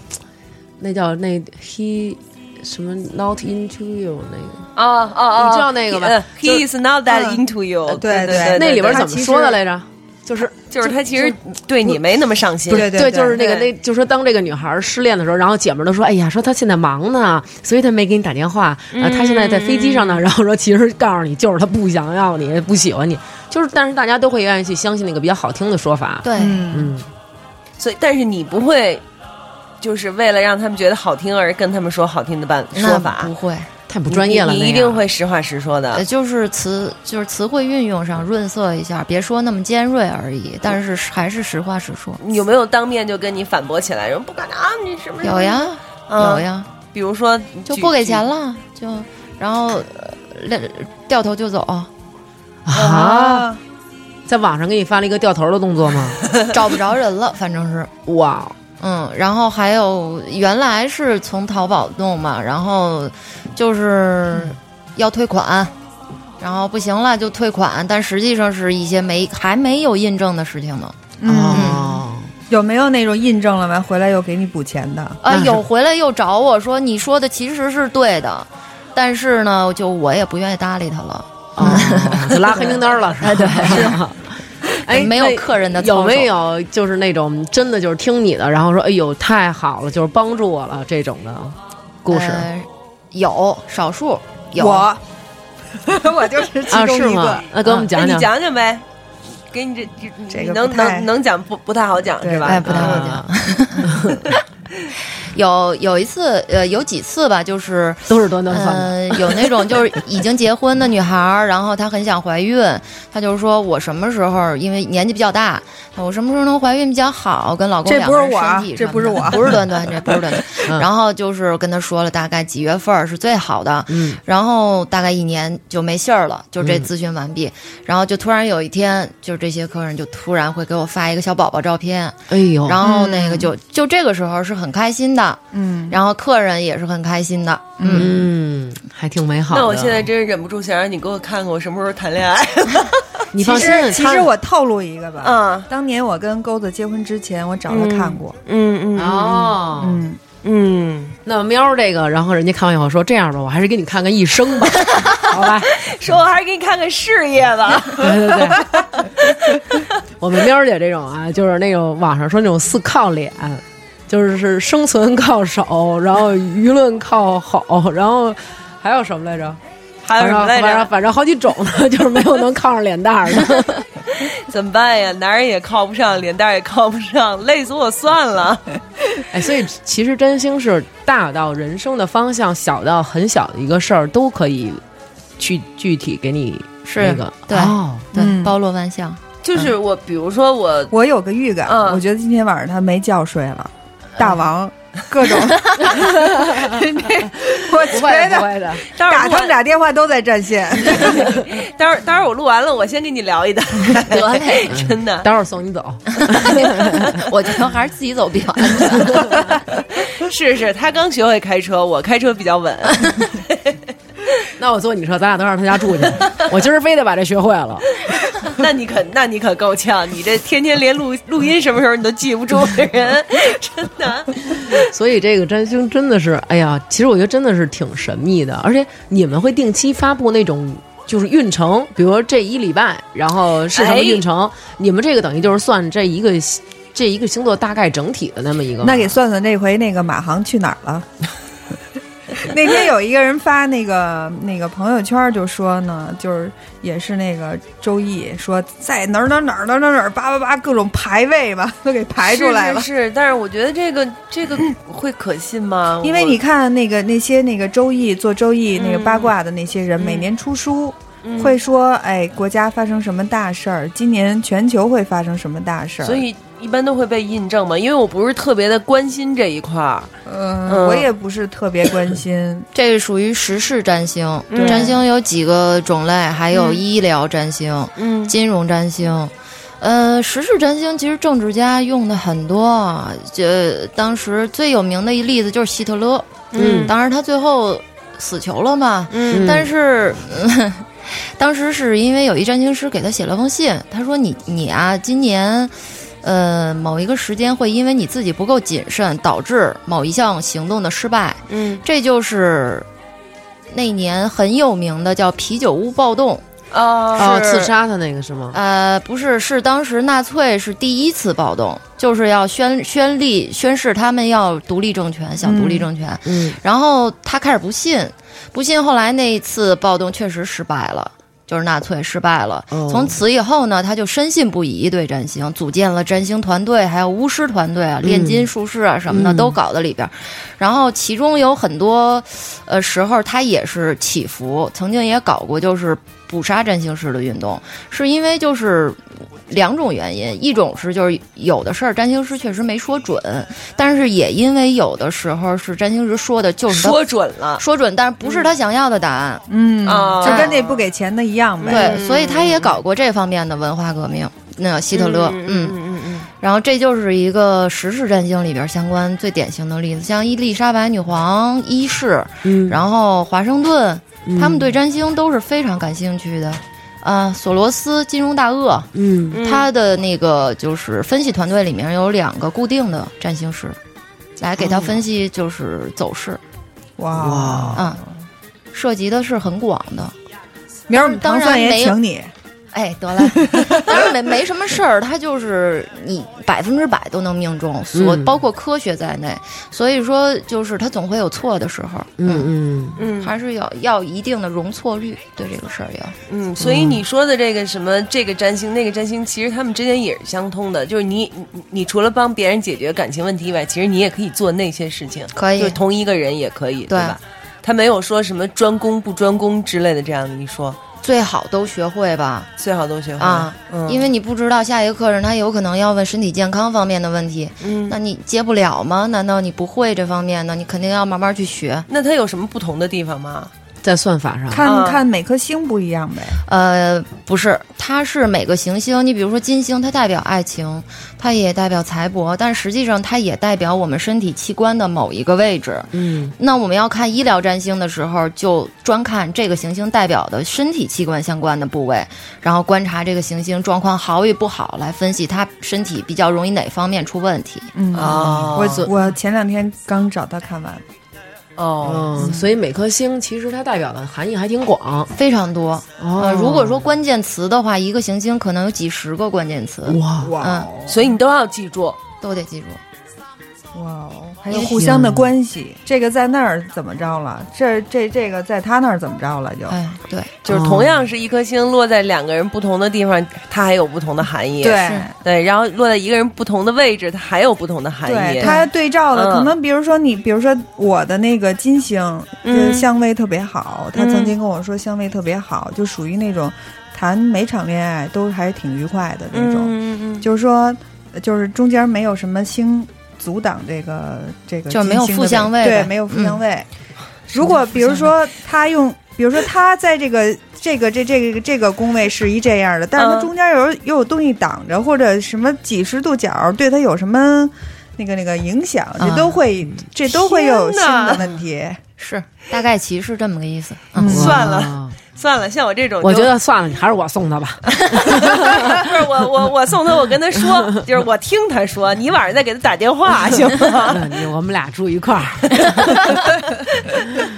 S7: 那叫那 he 什么 not into you 那个。
S6: 哦哦哦，
S7: 你知道那个吧
S6: 嗯
S7: 就
S6: ？He is not that
S4: 嗯
S6: into you，对
S4: 对对
S7: 那里边
S6: 对
S7: 怎么说的来着？就是
S6: 就是他其实对你没那么上心，
S4: 对对，
S7: 就是那个
S6: 对
S7: 那，就说当这个女孩失恋的时候，然后姐们儿都说：“哎呀，说她现在忙呢，所以她没给你打电话。啊，她现在在飞机上呢。”然后说：“其实告诉你，就是她不想要你，不喜欢你。”就是，但是大家都会愿意去相信那个比较好听的说
S6: 啊
S7: 法。
S8: 对，
S4: 嗯，
S7: 嗯，
S6: 所以但是你不会。就是为了让他们觉得好听而跟他们说好听的办说
S8: 那
S6: 法
S8: 嗯
S6: 嗯
S8: 不，会，
S7: 太不专业了，
S6: 你
S7: 那
S6: 你一
S7: 样
S6: 定会实话实说的
S8: 呃，。就是词就是词汇运用上润色一下，别说那么尖锐而已，但是还是实话实说。
S6: 你有没有当面就跟你反驳起来？说不可能，你是不是
S8: 有？呀，
S6: 嗯
S8: 有，呀，
S6: 比如说
S8: 就不给钱
S6: 了。
S8: 了，就然后呃掉头就 走，
S7: 啊，在网上给你发了一个掉头的动作吗？
S8: 找不着人了，反正是。
S7: 哇，
S8: 嗯，然后还有原来是从淘宝弄嘛，然后就是要退款，然后不行了就退款，但实际上是一些没还没有印证的事情呢。
S4: 嗯，
S7: 哦，
S4: 有没有那种印证了完回来又给你补钱的？
S8: 啊
S7: 那，是
S8: 有回来又找我说你说的其实是对的，但是呢，就我也不愿意搭理他了。
S7: 哦 哦就拉黑名单了，是吧？对，哎，
S8: 没有客人的操守
S7: 有没有就是那种真的就是听你的，然后说哎呦太好了，就是帮助我了这种的故事、
S8: 呃有少数有
S4: 我， 我就是其
S7: 啊？
S4: 中
S7: 是
S4: 一个
S7: 吗。？那给我们
S6: 那
S7: 讲
S6: 你
S7: 讲，
S6: 讲讲呗，给你这
S4: 这
S6: 你
S4: 个
S6: 能
S4: 不太
S6: 能能讲不不太好讲
S4: 对嗯
S6: 是吧？
S8: 哎，不太好
S7: 啊
S8: 讲。有有一次，呃，有几次吧，就是
S7: 都是端端饭的。
S8: 嗯，有那种就是已经结婚的女孩儿，然后她很想怀孕，她就说我什么时候，因为年纪比较大，我什么时候能怀孕比较好，跟老公
S4: 这
S8: 两
S4: 不
S8: 个
S4: 是
S8: 人
S4: 我啊
S8: 身体
S4: 这
S8: 什么
S4: 不是
S8: 的
S4: 我啊
S8: 不是端端，这不是端端。
S7: 嗯
S8: 然后就是跟她说了大概几月份儿是最好的，
S7: 嗯，
S8: 然后大概一年就没信儿了，就这咨询完毕，然后就突然有一天，就这些客人就突然会给我发一个小宝宝照片，
S7: 哎呦，
S8: 然后那个就、就这个时候是很开心的，
S4: 嗯，
S8: 然后客人也是很开心的，嗯
S7: 嗯，还挺美好的。
S6: 那我现在真是忍不住想让你给我看看我什么时候谈恋爱。
S7: 你
S4: 其
S7: 放心，
S4: 实其
S7: 他
S4: 实我透露一个吧，
S6: 嗯
S4: 当年我跟钩子结婚之前，我找他看过，
S6: 嗯
S7: 哦，
S4: 嗯，
S6: 嗯，
S7: 那喵这个，然后人家看完以后说这样吧，我还是给你看看一生吧， 好吧？
S6: 说我还是给你看看事业吧。
S7: 对对对，我们喵姐这种啊，就是那种网上说那种四靠脸，就是是生存靠手，然后舆论靠吼，然后还有什么来着？
S6: 还有什么来
S7: 反正
S6: 着？
S7: 反正好几种呢，就是没有能靠上脸蛋儿 的。
S6: 怎么办呀？男人也靠不上，脸蛋儿也靠不上， 累死我算了。
S7: 哎，所以其实真心是大到人生的方向，小到很小的一个事儿，都可以去具体给你
S8: 是
S7: 那个
S8: 对
S7: 哦
S8: 对，
S4: 嗯
S8: 包罗万象。
S6: 就是我，比如说我，
S4: 我有个预感，
S6: 嗯
S4: 我觉得今天晚上他没觉睡了，大王。各种， 我
S7: 不
S4: 觉
S7: 会的，不
S4: 得
S7: 会的，
S6: 待会
S4: 打
S6: 儿
S4: 他们
S6: 录完，
S4: 俩电话都在占线。
S6: 待会儿待会儿我录完了，我先跟你聊一段。
S8: 得嘞，
S6: 真的，
S7: 待会儿送你走。
S8: 我觉得还是自己走比较安全。
S6: 是是，他刚学会开车，我开车比较稳。
S7: 那我坐你车，咱俩都上他家 住去。我今儿非得把这学会了。
S6: 那你可那你可够呛，你这天天连录录音什么时候你都记不住的人， 真的。
S7: 所以这个占星真的是，哎呀，其实我觉得真的是挺神秘的。而且你们会定期发布那种就是运程，比如说这一礼拜，然后是什么运程，你们这个等于就是算这一个这一个星座大概整体的那么一个。
S4: 那给算算这回那个马航去哪儿了？那天有一个人发那个那个朋友圈就说呢，就是也是那个周易说在哪儿哪儿哪儿哪儿哪儿哪儿叭叭叭各种排位吧 都给排出来了。
S6: 是是是，但是我觉得这个这个会可信吗？
S4: 因为你看那个那些那个周易做周易那个
S6: 嗯
S4: 八卦的那些人，
S6: 嗯
S4: 每年出书
S6: 嗯
S4: 会说，哎，国家发生什么大事儿，今年全球会发生什么大事儿。
S6: 所，以一般都会被印证嘛，因为我不是特别的关心这一块儿。嗯
S4: 嗯，我也不是特别关心。
S8: 这是属于时事占星，
S6: 嗯
S8: 占星有几个种类，还有医疗占星、
S6: 嗯
S8: 金融占星。呃，时事占星其实政治家用的很多啊，这当时最有名的一例子就是希特勒，
S7: 嗯
S8: 当然他最后死囚了嘛，
S6: 嗯
S8: 但是。 嗯当时是因为有一占星师给他写了封信，他说你你啊，今年，呃，某一个时间会因为你自己不够谨慎，导致某一项行动的失败。
S6: 嗯
S8: 这就是那年很有名的叫啤酒屋暴动。
S6: 啊
S7: 哦，刺杀他那个是吗？
S8: 呃，不是，是当时纳粹是第一次暴动，就是要宣宣立宣誓他们要独立政权，想独立政权。
S7: 嗯，
S8: 然后他开始不信，不信。后来那一次暴动确实失败了。就是纳粹失败了，
S7: 哦
S8: 从此以后呢，他就深信不疑对占星，组建了占星团队，还有巫师团队啊、炼金术士啊什么的、
S7: 嗯
S8: 都搞在里边儿。然后其中有很多，呃时候他也是起伏，曾经也搞过就是捕杀占星师的运动，是因为就是两种原因，一种是就是有的事儿占星师确实没说准，但是也因为有的时候是占星师说的就是他
S6: 说准了
S8: 说准，但是不是他想要的答案，
S4: 嗯，
S6: 啊
S4: 就跟那不给钱的一样
S6: 嗯
S4: 呗。
S8: 对，所以他也搞过这方面的文化革命。那希特勒，
S6: 嗯嗯嗯
S8: 然后这就是一个时事占星里边相关最典型的例子，像伊丽莎白女皇一世，
S7: 嗯
S8: 然后华盛顿，
S7: 嗯
S8: 他们对占星都是非常感兴趣的。啊，索罗斯金融大鳄，
S7: 嗯
S6: 嗯，
S8: 他的那个就是分析团队里面有两个固定的占星师，来给他分析就是走势，
S4: 哇，
S8: 嗯，涉及的是很广的。
S4: 明儿我们
S8: 当
S4: 唐
S8: 然
S4: 算
S8: 没
S4: 也
S8: 有
S4: 请你，
S8: 哎，得了， 但是没没什么事儿，它就是你百分之百都能命中，所
S7: 嗯
S8: 包括科学在内，所以说就是它总会有错的时候，
S7: 嗯
S6: 嗯
S8: 还是要要一定的容错率，对这个事儿要。
S6: 嗯，所以你说的这个什么这个占星那个占星，其实他们之间也是相通的，就是你你你除了帮别人解决感情问题以外，其实你也可以做那些事情，
S8: 可以
S6: 就是同一个人也可以，对
S8: 对
S6: 吧？他没有说什么专攻不专攻之类的这样的一说，
S8: 最好都学会吧，
S6: 最好都学会
S8: 啊，
S6: 嗯，
S8: 因为你不知道下一个客人他有可能要问身体健康方面的问题，
S6: 嗯
S8: 那你接不了吗？难道你不会这方面呢？你肯定要慢慢去学。
S6: 那他有什么不同的地方吗？
S7: 嗯，在算法上，
S4: 看
S6: 啊
S4: 看每颗星不一样呗。
S8: 呃，不是，它是每个行星，你比如说金星，它代表爱情，它也代表财帛，但实际上它也代表我们身体器官的某一个位置。
S7: 嗯
S8: 那我们要看医疗占星的时候，就专看这个行星代表的身体器官相关的部位，然后观察这个行星状况好与不好，来分析它身体比较容易哪方面出问题。
S4: 嗯，
S6: 哦
S4: 我我前两天刚找他看完，
S6: 哦，
S7: 嗯，所以每颗星其实它代表的含义还挺广。
S8: 非常多，
S7: 哦
S8: 呃，如果说关键词的话，一个行星可能有几十个关键词，
S7: 哇，
S4: 哇
S6: 所以你都要记住，
S8: 都得记住。
S4: 哇哦，还有互相的关系，这个在那儿怎么着了？这这这个在他那儿怎么着了？就
S8: 哎，对，
S6: 就是同样是一颗星落在两个人不同的地方，它还有不同的含义。
S4: 对
S6: 对，然后落在一个人不同的位置，它还有不同的含义。
S4: 对，他对照的
S6: 哎嗯
S4: 可能，比如说你，比如说我的那个金星，
S6: 嗯
S4: 就是相位特别好，他
S6: 嗯
S4: 曾经跟我说相位特别好，就属于那种谈每场恋爱都还挺愉快的那种，
S6: 嗯嗯
S4: 就是说，就是中间没有什么星阻挡这个这个金星的位置，
S8: 就没有负相位呗嗯
S4: 对，没有负相位。如果比如说他用，比如说他在这个这个这这个这个宫位是一这样的，但是
S6: 嗯
S4: 他中间有又有东西挡着，或者什么几十度角对他有什么那个那个影响，
S8: 嗯
S4: 这都会这都会有新的问题。
S8: 是大概其是这么个意思。
S4: 嗯
S7: 哇
S6: 算了，算了，像我这种就，
S7: 我觉得算了，你还是我送他吧。
S6: 不是我我我送他，我跟他说，就是我听他说，你晚上再给他打电话行 吗？
S7: 你我们俩住一块儿，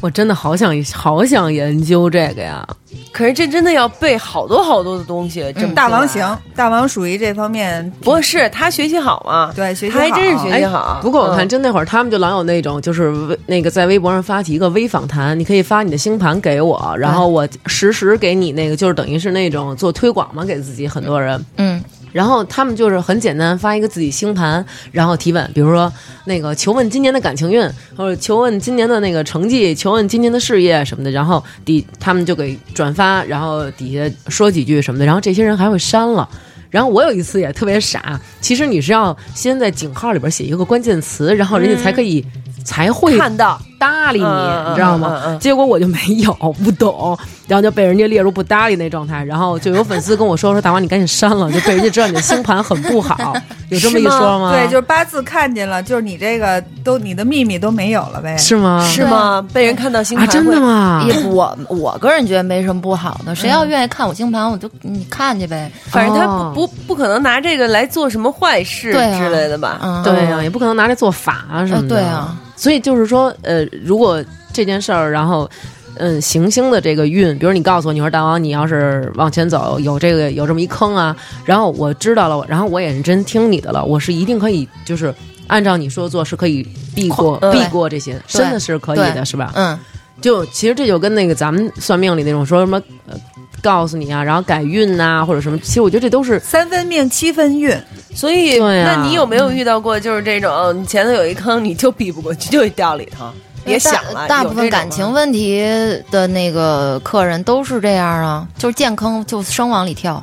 S7: 我真的好想好想研究这个呀。
S6: 可是这真的要背好多好多的东西，这么说来
S4: 嗯大王行，大王属于这方面，
S6: 不过是他学习好嘛？
S4: 对学习
S6: 他还真是
S4: 好哎
S6: 学习哎好。
S7: 哎不过我看
S6: 嗯
S7: 真那会儿他们就老有那种，就是微那个在微博上发起一个微访谈，你可以发你的星盘给我，然
S6: 哎
S7: 后我实时给你那个，就是等于是那种做推广嘛，给自己很多人。
S8: 嗯，
S7: 然后他们就是很简单，发一个自己星盘，然后提问，比如说那个求问今年的感情运，或者求问今年的那个成绩，求问今年的事业什么的，然后底他们就给转发，然后底下说几句什么的，然后这些人还会删了。然后我有一次也特别傻，其实你是要先在井号里边写一个关键词，然后人家才可以、才会
S6: 看到，
S7: 搭理你，
S6: 嗯
S7: 你知道吗？
S6: 嗯嗯嗯
S7: 结果我就没有，不懂，然后就被人家列入不搭理那状态。然后就有粉丝跟我说说大王你赶紧删了，就被人家知道你的星盘很不好，有这么一说吗？
S4: 对，就是八字看见了，就是你这个都你的秘密都没有了呗。
S7: 是吗？
S6: 是吗？被人看到星
S7: 啊，
S6: 盘
S7: 真
S6: 会
S7: 的？吗？
S8: 也哎我我个人觉得没什么不好的，谁要愿意看我星盘，我就你看去呗。
S6: 反正他
S7: 哦
S6: 不不不可能拿这个来做什么坏事
S8: 对啊
S6: 之类的吧？
S8: 嗯，
S7: 对呀、也不可能拿来做法啊什么的。
S8: 呃对啊，
S7: 所以就是说，呃，如果这件事儿，然后。嗯，行星的这个运，比如你告诉我，你说大王，你要是往前走，有这个有这么一坑啊，然后我知道了，然后我也认真听你的了，我是一定可以，就是按照你说的做，是可以避过
S8: 对
S7: 避过这些，真的是可以的，
S8: 对
S7: 是吧？
S8: 嗯，
S7: 就其实这就跟那个咱们算命里那种说什么，呃，告诉你啊，然后改运呐、或者什么，其实我觉得这都是
S4: 三分命七分运，
S6: 所以，
S7: 对啊
S6: 那你有没有遇到过就是这种你前头有一坑，你就避不过去，就掉里头，别想了。
S8: 大大
S6: 有
S8: 部分
S6: 这种吗啊
S8: 感情问题的那个客人都是这样啊，就是见坑就生往里跳。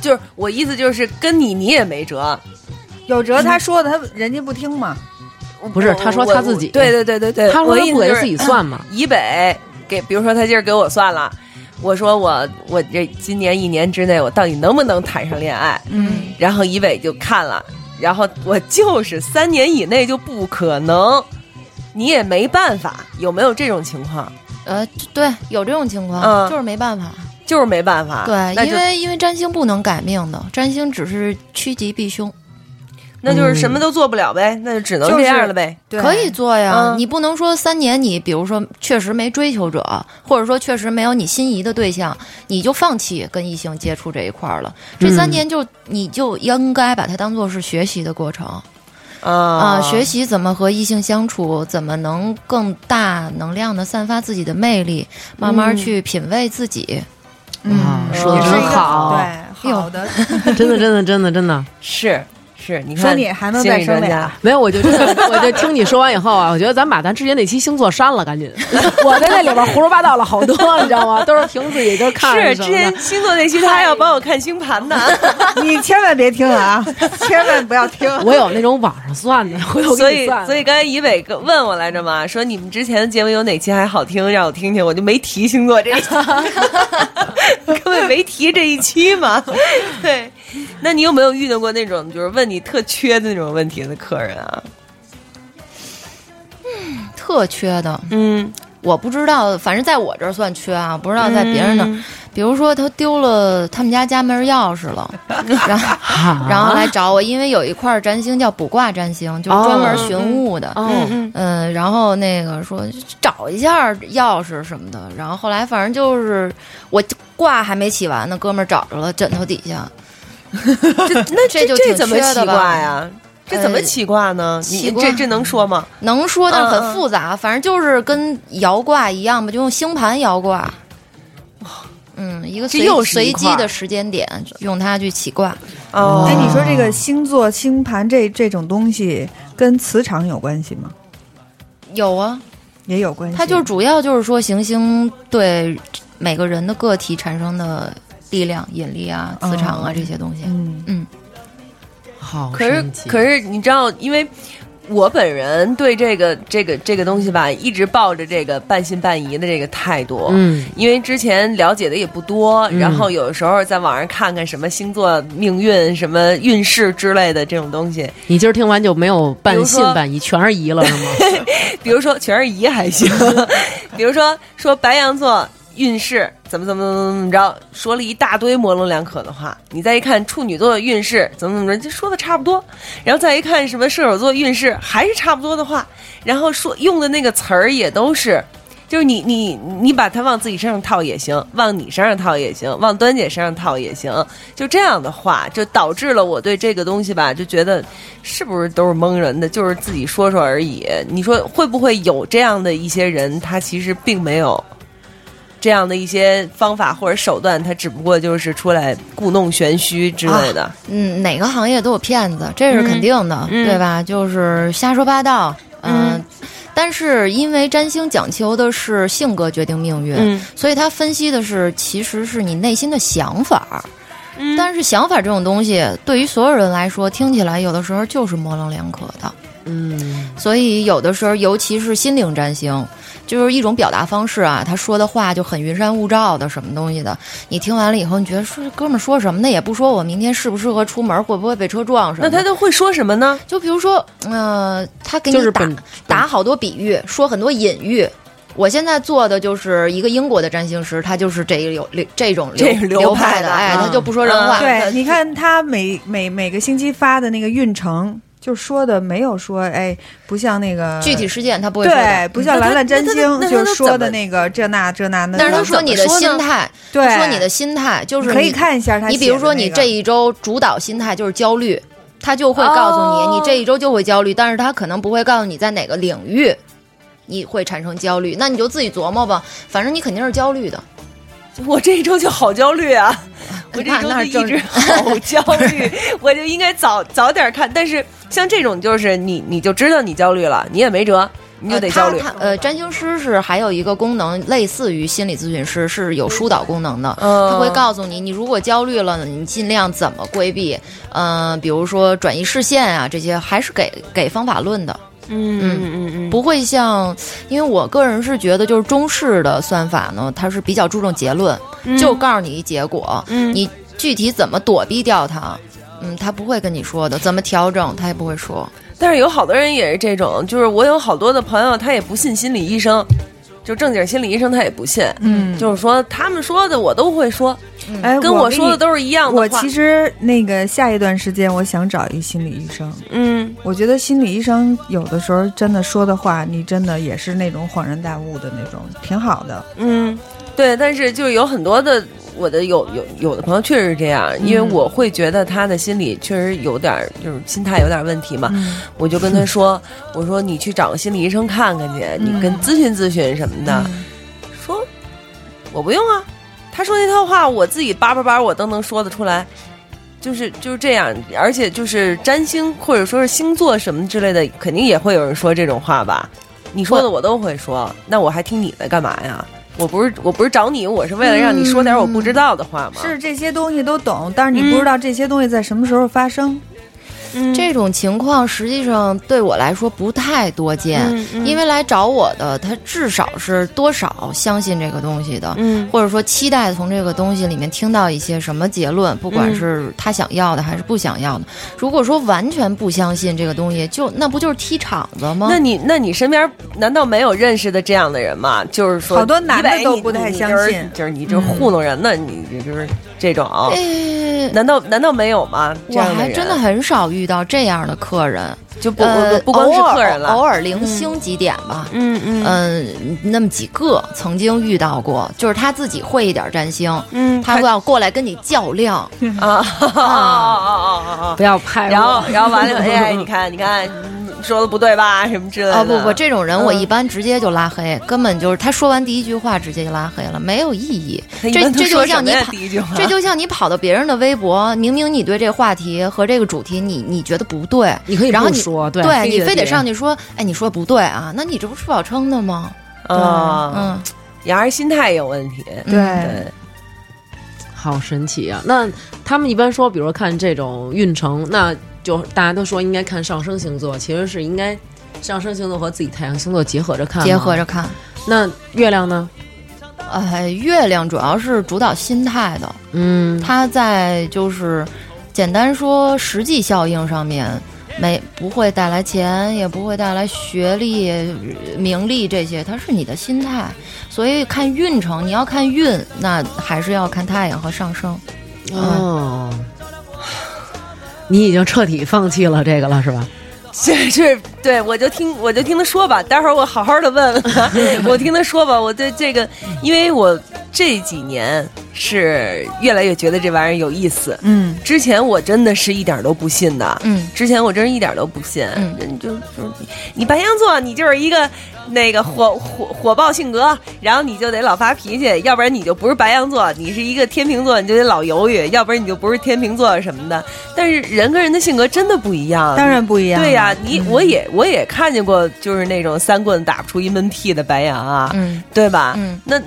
S6: 就是我意思就是跟你你也没辙。
S4: 有
S8: 嗯
S4: 辙他说的，他人家不听嘛。
S7: 不是
S6: 我
S7: 他说他自己
S6: 我对对对对对，
S7: 他说
S6: 呃我
S7: 他
S6: 意思
S7: 不给
S6: 就是
S7: 自己 算嘛，
S6: 以北给，比如说他今儿给我算了，我说我我这今年一年之内我到底能不能谈上恋爱？
S4: 嗯，
S6: 然后以北就看了，然后我就是三年以内就不可能，你也没办法，有没有这种情况？
S8: 呃，对，有这种情况，
S6: 嗯
S8: 就是没办法。
S6: 就是没办法，
S8: 对
S6: 那，就
S8: 因为因为占星不能改命的，占星只是趋吉避凶。
S6: 那就是什
S4: 嗯
S6: 么都做不了呗，那就只能这样了呗。
S4: 对
S8: 可以做呀，
S6: 嗯
S8: 你不能说三年你比如说确实没追求者，或者说确实没有你心仪的对象，你就放弃跟异性接触这一块儿了。这三
S7: 嗯
S8: 年就你就应该把它当做是学习的过程
S6: 啊
S8: 啊，学习怎么和异性相处，怎么能更大能量的散发自己的魅力，慢
S6: 嗯
S8: 慢去品味自己。
S4: 嗯，
S7: 说的
S4: 也是一
S7: 真
S4: 个
S7: 好，
S8: 哎
S4: 对，好的。
S7: 真的真的真的真的
S6: 是是，你看，
S4: 说啊你还能再生俩，
S7: 没有，我就真的我就听你说完以后啊，我觉得咱把咱之前那期星座删了，赶紧， 我在那里边胡说八道了好多，你知道吗？都是凭自己就是看
S6: 是
S7: 着
S6: 之
S7: 什么的
S6: 前星座那期他还要帮我看星盘呢，
S4: 你千万别听啊， 千万不要 听。
S8: 哦
S7: 我有那种网上算的， 我有
S6: 所以所
S7: 以
S6: 以刚才以伟跟问我来着嘛，说你们之前的节目有哪期还好听，让我听听，我就没提星座这一期，根本没提这一期嘛。对，那你有没有遇到过那种就是问你特缺的那种问题的客人啊？
S8: 特缺的，
S6: 嗯，
S8: 我不知道，反正在我这儿算缺啊，不知道在别人那
S6: 嗯
S8: 儿。比如说他丢了他们家家门钥匙了， 然后。
S7: 啊
S8: 然后来找我，因为有一块儿占星叫卜卦占星，就是专门寻物的。
S7: 哦，
S8: 嗯，然后那个说找一下钥匙什么的，然后后来反正就是我卦还没起完呢，哥们儿找着了枕头底下，
S6: 这那
S8: 这就
S6: 这
S8: 挺
S6: 怎么
S8: 缺
S6: 起
S8: 的吧哎
S6: 卦呀？这怎么起卦呢？你
S8: 起卦
S6: 这这能说吗？
S8: 能说但是
S6: 嗯嗯
S8: 很复杂，反正就是跟摇卦一样吧，就用星盘摇卦。嗯，一个
S7: 哦这
S8: 随
S7: 又是一
S8: 随
S7: 块
S8: 机
S7: 儿
S8: 的时间点，用它去起卦。
S6: 哦，
S4: 哎，你说这个星座、星盘这这种东西跟磁场有关系吗？
S8: 有啊，
S4: 也有关系。
S8: 它就是主要就是说行星对每个人的个体产生的力量、引力啊、磁场啊、
S4: 嗯
S8: 这些东西。
S4: 嗯，
S7: 好
S6: 可是
S7: 神奇，
S6: 可是你知道，因为我本人对这个这个这个东西吧，一直抱着这个半信半疑的这个态度。
S7: 嗯，
S6: 因为之前了解的也不多，
S7: 嗯
S6: 然后有时候在网上看看什么星座命运、什么运势之类的这种东西，
S7: 你今儿听完就没有
S6: 比
S7: 半
S6: 如
S7: 信
S6: 说
S7: 半疑，全是疑了是吗？
S6: 比如说全是疑还行， 比如说说白羊座运势怎么怎么怎么怎么着，说了一大堆模棱两可的话，你再一看处女座的运势怎么怎么着，就说的差不多，然后再一看什么射手座运势还是差不多的话，然后说用的那个词儿也都是。就是你你你把它往自己身上套也行，往你身上套也行，往端姐身上套也行，就这样的话，就导致了我对这个东西吧，就觉得是不是都是蒙人的，就是自己说说而已。你说会不会有这样的一些人，他其实并没有这样的一些方法或者手段，他只不过就是出来故弄玄虚之类的。
S8: 嗯，哪个行业都有骗子，这是肯定的，
S6: 嗯嗯
S8: 对吧？就是瞎说八道，嗯。但是因为占星讲求的是性格决定命运，
S6: 嗯
S8: 所以它分析的是其实是你内心的想法。但是想法这种东西，对于所有人来说，听起来有的时候就是模棱两可的。
S7: 嗯，
S8: 所以有的时候，尤其是心灵占星，就是一种表达方式啊。他说的话就很云山雾罩的，什么东西的，你听完了以后，你觉得说这哥们儿说什么呢？也不说我明天适不适合出门，会不会被车撞什么
S6: 那
S8: 的。
S6: 他都会说什么呢？
S8: 就比如说，呃，他给你
S7: 就是
S8: 打、
S7: 本
S8: 打好多比喻，说很多隐喻。我现在做的就是一个英国的占星师，他就是这一流这种流
S6: 这流
S8: 流
S6: 派
S8: 派
S6: 的
S8: 哎，
S6: 嗯
S8: 他就不说人话。
S4: 对，你看他每每每个星期发的那个运程，就说的没有说，哎，不像那个
S8: 具体。事件他不会说
S4: 对
S8: 的，，
S4: 不像蓝蓝占
S6: 那
S4: 星
S6: 他那，他那他
S4: 就
S6: 怎么
S4: 是说的那个这那这那那。
S8: 但是
S4: 那
S8: 他
S4: 个
S8: 说你的
S6: 怎么说呢
S8: 心态，
S4: 对，
S8: 说你的心态就是
S4: 你可以
S8: 你
S4: 看一下他写的那个。
S8: 你比如说，你这一周主导心态就是焦虑，他就会告诉你，你这一周就会焦虑，但是他可能不会告诉你在哪个领域你会产生焦虑，那你就自己琢磨吧，反正你肯定是焦虑的。
S6: 我这一周就好焦虑 啊！我这一周
S8: 那那
S6: 就是 一
S8: 正
S6: 直好焦虑，我就应该早早点看。但是像这种就是你你就知道你焦虑了，你也没辙，你就得焦虑
S8: 呃。他他呃，占星师是还有一个功能，类似于心理咨询师，是有疏导功能的。
S6: 嗯
S8: 他会告诉你，你如果焦虑了，你尽量怎么规避。嗯，比如说转移视线啊，这些还是给给方法论的。
S6: 嗯
S8: 嗯
S6: 嗯嗯
S8: 不会像，因为我个人是觉得，就是中式的算法呢，它是比较注重结论，
S6: 嗯
S8: 就告诉你一结果，你具体怎么躲避掉它，嗯，他不会跟你说的，怎么调整他也不会说。
S6: 但是有好多人也是这种，就是我有好多的朋友，他也不信心理医生，就正经心理医生他也不信，
S4: 嗯，
S6: 就是说他们说的我都会说，
S4: 哎，
S6: 跟
S4: 我
S6: 我说的都是一样
S4: 跟
S6: 的
S4: 你
S6: 话。
S4: 我其实那个下一段时间，我想找一心理医生。
S6: 嗯，
S4: 我觉得心理医生有的时候真的说的话，你真的也是那种恍然大悟的那种，挺好的。
S6: 嗯，对，但是就有很多的我的有有有的朋友确实是这样，
S4: 嗯
S6: 因为我会觉得他的心理确实有点儿就是心态有点儿问题嘛，
S4: 嗯
S6: 我就跟他说，我说你去找个心理医生看看去，你
S4: 嗯
S6: 跟咨询咨询什么的。说我不用啊，他说那套话我自己叭叭叭我都能说得出来。就是就是这样，而且就是占星或者说是星座什么之类的，肯定也会有人说这种话吧？你说的我都会说，那我还听你的干嘛呀？我不是我不是找你，我是为了让你说点我不知道的话吗？
S4: 是这些东西都懂，但是你
S6: 嗯
S4: 不知道这些东西在什么时候发生。
S6: 嗯，
S8: 这种情况实际上对我来说不太多见，
S6: 嗯嗯
S8: 因为来找我的他至少是多少相信这个东西的，
S6: 嗯
S8: 或者说期待从这个东西里面听到一些什么结论，不管
S6: 嗯
S8: 是他想要的还是不想要的。如果说完全不相信这个东西，就那不就是踢场子吗？
S6: 那你那你身边难道没有认识的这样的人吗？就是说，
S4: 好多男的
S6: 一百
S4: 都
S6: 你
S4: 不太
S6: 你
S4: 相
S6: 就是
S4: 信嗯
S6: 就是你这糊弄人呢，你你就是这种，啊
S8: 呃
S6: 难道难道没有吗？这
S8: 我
S6: 样的
S8: 还
S6: 人
S8: 真的很少遇到这样的客人，
S6: 就不
S8: 呃
S6: 不不光是客人
S8: 偶尔偶
S6: 了，
S8: 尔零星几点吧。
S6: 嗯嗯
S8: 嗯，那么几个曾经遇到过，就是他自己会一点占星，
S6: 嗯
S8: 他要过来跟你较量，
S6: 啊哦哦哦哦哦，
S8: 嗯
S7: 不要拍
S6: 然后
S7: 我。
S6: 然后完了， 哎，你看你看说的不对吧，什么之类的。
S8: 啊不不，这种人我
S6: 嗯
S8: 一般直接就拉黑，根本就是他说完第一句话直接就拉黑了，没有意义。
S6: 他一
S8: 这
S6: 般都
S8: 这就
S6: 说什
S8: 像
S6: 么
S8: 你
S6: 呀
S8: 跑，
S6: 第一句话，
S8: 这就像你跑到别人的微博，明明你对这个话题和这个主题你你觉得不对，
S7: 你可以
S8: 然后
S7: 不
S8: 你
S7: 说，对
S8: 对
S7: 对
S8: 你非得上
S7: 去。
S8: 去说，哎，你说不对啊，那你这不吃饱撑的吗？
S6: 啊，
S8: 嗯，
S6: 也还是心态有问题。
S4: 对，嗯
S6: 对，
S7: 好神奇啊！那他们一般说，比如看这种运程，那就大家都说应该看上升星座，其实是应该上升星座和自己太阳星座结合着看。
S8: 嗯结合。着看。
S7: 那月亮呢？
S8: 哎，月亮主要是主导心态的，
S7: 嗯，
S8: 它在就是简单说实际效应上面。没不会带来钱，也不会带来学历、名利这些，它是你的心态。所以看运程，你要看运，那还是要看太阳和上升。
S7: 哦，
S8: 呃
S7: 你已经彻底放弃了这个了，是吧？
S6: 这这对我就听我就听他说吧，待会儿我好好的问问他， 我听他说吧。我对这个，因为我这几年是越来越觉得这玩意儿有意思。
S4: 嗯，
S6: 之前我真的是一点儿都不信的，
S8: 嗯，
S6: 之前我真是一点儿都不信，
S8: 嗯
S6: 人就就你白羊座，你就是一个那个火火火爆性格，然后你就得老发脾气，要不然你就不是白羊座，你是一个天秤座，你就得老犹豫，要不然你就不是天秤座什么的。但是人跟人的性格真的不一样，
S4: 当然不一样。啊嗯
S6: 对呀、你我也我也看见过，就是那种三棍打不出一闷屁的白羊啊，
S8: 嗯
S6: 对吧？
S8: 嗯
S6: 那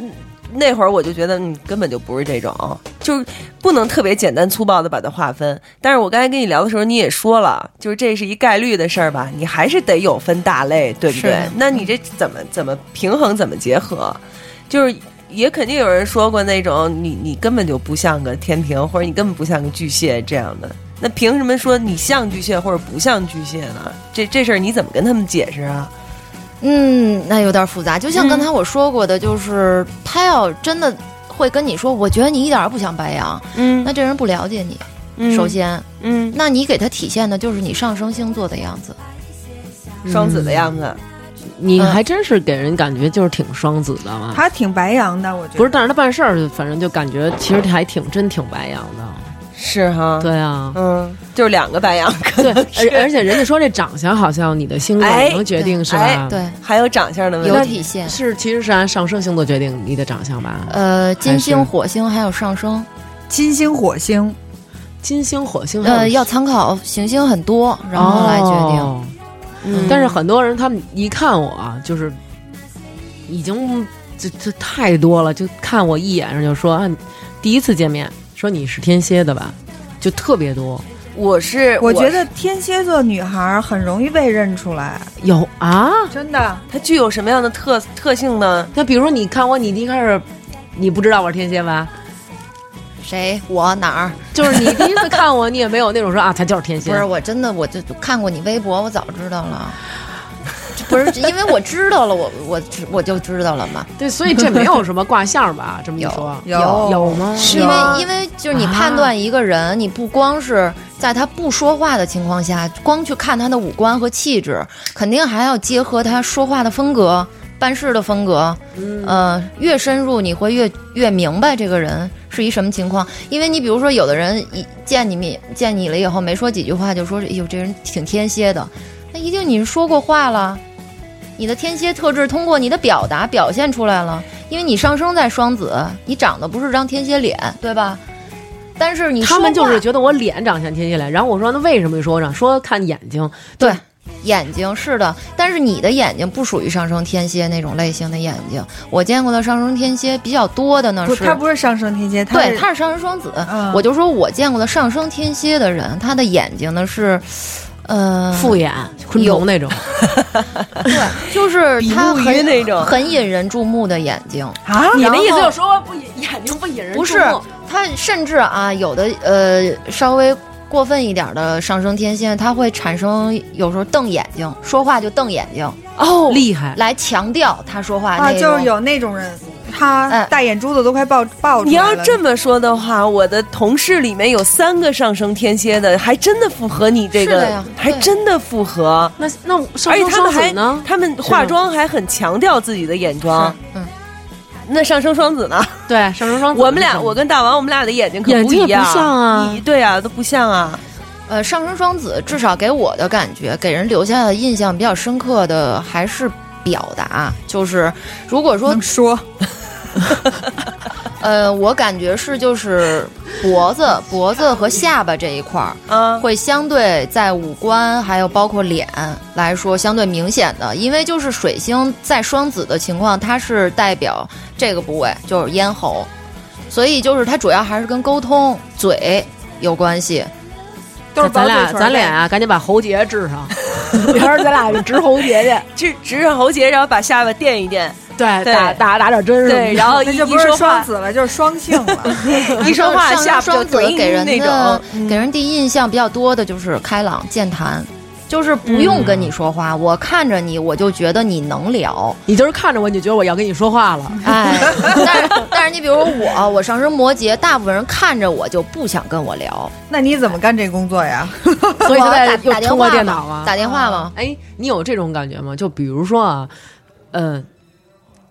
S6: 那会儿我就觉得，嗯，根本就不是这种，就是不能特别简单粗暴的把它划分。但是我刚才跟你聊的时候，你也说了，就是这是一概率的事儿吧，你还是得有分大类，对不
S8: 是
S6: 对
S8: 的？
S6: 那你这怎么怎么平衡，怎么结合？就是也肯定有人说过那种，你你根本就不像个天平，或者你根本不像个巨蟹这样的。那凭什么说你像巨蟹或者不像巨蟹呢？这这事儿你怎么跟他们解释啊？
S8: 嗯，那有点复杂。就像刚才我说过的，就是他要真的会跟你说，我觉得你一点儿不像白羊，
S6: 嗯
S8: 那这人不了解你。首，先，
S6: 嗯，
S8: 那你给他体现的就是你上升星座的样子。
S6: 嗯双子的样子，
S7: 你
S8: 嗯
S7: 还真是给人感觉就是挺双子的嘛。
S4: 他挺白羊的，我觉得
S7: 不是，但是他办事儿，反正就感觉其实还挺真挺白羊的。
S6: 是哈，
S7: 对啊，
S6: 嗯，就是两个白羊，可
S7: 对，
S6: 能是
S7: 而而且人家说这长相好像你的星座
S6: 哎
S7: 能决定是
S6: 哎
S7: 吧？嗯
S8: 对，
S6: 还有长相的问
S8: 有
S6: 题，
S8: 体现。
S7: 是其实是按上升星座决定你的长相吧？
S8: 呃，金
S7: 还
S8: 星、
S7: 是
S8: 火星还有上升，
S4: 金星、火星，
S7: 金星、火星还有
S8: 呃，要参考行星很多，然后来决定。
S7: 哦
S6: 嗯
S7: 但是很多人他们一看我啊就是已经这这太多了，就看我一眼上就说啊，你第一次见面说你是天蝎的吧，就特别多。
S6: 我是
S4: 我觉得天蝎座女孩儿很容易被认出来，
S7: 有啊，
S4: 真的。
S6: 它具有什么样的特特性呢？
S7: 那比如说你看我，你一开始你不知道我是天蝎吧？
S8: 谁？我哪儿？
S7: 就是你第一次 看我，你也没有那种说啊，他就是天蝎
S8: 不。是，我真的我就看过你微博，我早知道了。不是因为我知道了，我我知我就知道了嘛。
S7: 对，所以这没有什么卦象吧？这么一说，
S8: 有
S7: 有吗？
S8: 是因嗯为因为就是你判断一个人，你不光是在他不说话的情况下，光去看他的五官和气质，肯定还要结合他说话的风格、办事的风格。嗯、呃，越深入你会越越明白这个人是一什么情况。因为你比如说，有的人一见你面见你了以后，没说几句话就说：“哎呦，这人挺天蝎的。”那一定你是说过话了。你的天蝎特质通过你的表达表现出来了，因为你上升在双子，你长得不是张天蝎脸，对吧？但是你
S7: 他们
S8: 说
S7: 就
S8: 话
S7: 是觉得我脸长像天蝎脸，然后我说那为什么说呢？说看眼睛，
S8: 对眼睛是的，但是你的眼睛不属于上升天蝎那种类型的眼睛。我见过的上升天蝎比较多的呢
S4: 不，
S8: 是
S4: 他不是上升天蝎，他
S8: 对，
S4: 是
S8: 他是上升双子。
S4: 嗯
S8: 我就说我见过的上升天蝎的人，他的眼睛呢是，呃，
S7: 复眼昆虫那种，
S8: 就是
S6: 比
S8: 他
S6: 目鱼
S8: 很
S6: 那种
S8: 很引人注目的眼睛。
S4: 啊，
S7: 你的意思
S8: 然后
S7: 就是说不引眼睛不引人
S8: 不
S7: 注
S8: 是
S7: 目
S8: 他甚至啊，有的呃稍微过分一点的上升天蝎，他会产生有时候瞪眼睛，说话就瞪眼睛，
S7: 哦，厉害，
S8: 来强调他说话
S4: 哎啊，
S8: 内容。
S4: 就是有那种人，他
S8: 哎
S4: 大眼珠子都快爆爆出
S6: 你
S4: 来
S6: 要
S4: 了。
S6: 这么说的话，我的同事里面有三个上升天蝎的，还真的符合你这
S8: 是
S6: 个
S8: 的呀，
S6: 还
S8: 对
S6: 真的符合。
S7: 那那上
S6: 而且他
S7: 升双
S6: 们
S7: 子
S6: 还
S7: 呢？
S6: 他们化妆还很强调自己的眼妆
S8: 是。嗯，
S6: 那上升双子呢？
S7: 对，上升双子，
S6: 我们俩，我跟大王，我们俩的眼睛可
S7: 眼
S6: 不
S7: 睛也
S6: 一样，
S7: 不像啊
S6: 你对啊，都不像啊。
S8: 呃，上升双子至少给我的感觉，给人留下的印象比较深刻的还是表达，就是如果说
S4: 能说，
S8: 呃，我感觉是就是脖子、脖子和下巴这一块儿。
S6: 啊，
S8: 会相对在五官还有包括脸来说相对明显的，因为就是水星在双子的情况，它是代表这个部位，就是咽喉，所以就是它主要还是跟沟通、嘴有关系。
S4: 都是
S7: 咱俩
S4: 包嘴唇
S7: 咱俩啊，赶紧把喉结治上， 明儿咱俩就植喉结去。
S6: 直直上喉结，然后把下巴垫一垫，
S7: 对，
S6: 对
S7: 打打打点针什么
S6: 对，
S7: 的。
S6: 然后
S4: 那
S6: 一
S4: 就
S6: 一
S4: 不是
S6: 哦说
S4: 双
S6: 话，
S4: 子了，就是双性了。
S6: 一说话
S8: 上升
S6: 下巴就
S8: 双子
S6: 怼
S8: 给人
S6: 那
S8: 的
S6: 种，嗯
S8: 给人第一印象比较多的就是开朗、健谈，就是不用跟你说
S6: 嗯
S8: 话，我看着你我就觉得你 能聊。
S7: 你就是看着我，你就觉得我要跟你说话 了。
S8: 哎，但是但是你比如说我，我上升摩羯，大部分人看着我就不想跟我聊。
S4: 那你怎么干这工作呀？
S7: 所以现
S8: 我
S7: 在
S8: 打
S7: 又
S8: 打电
S7: 通过
S8: 话
S7: 电
S8: 嘛
S7: 脑啊，
S8: 打电话嘛。
S7: 哎，你有这种感觉吗？就比如说啊，嗯、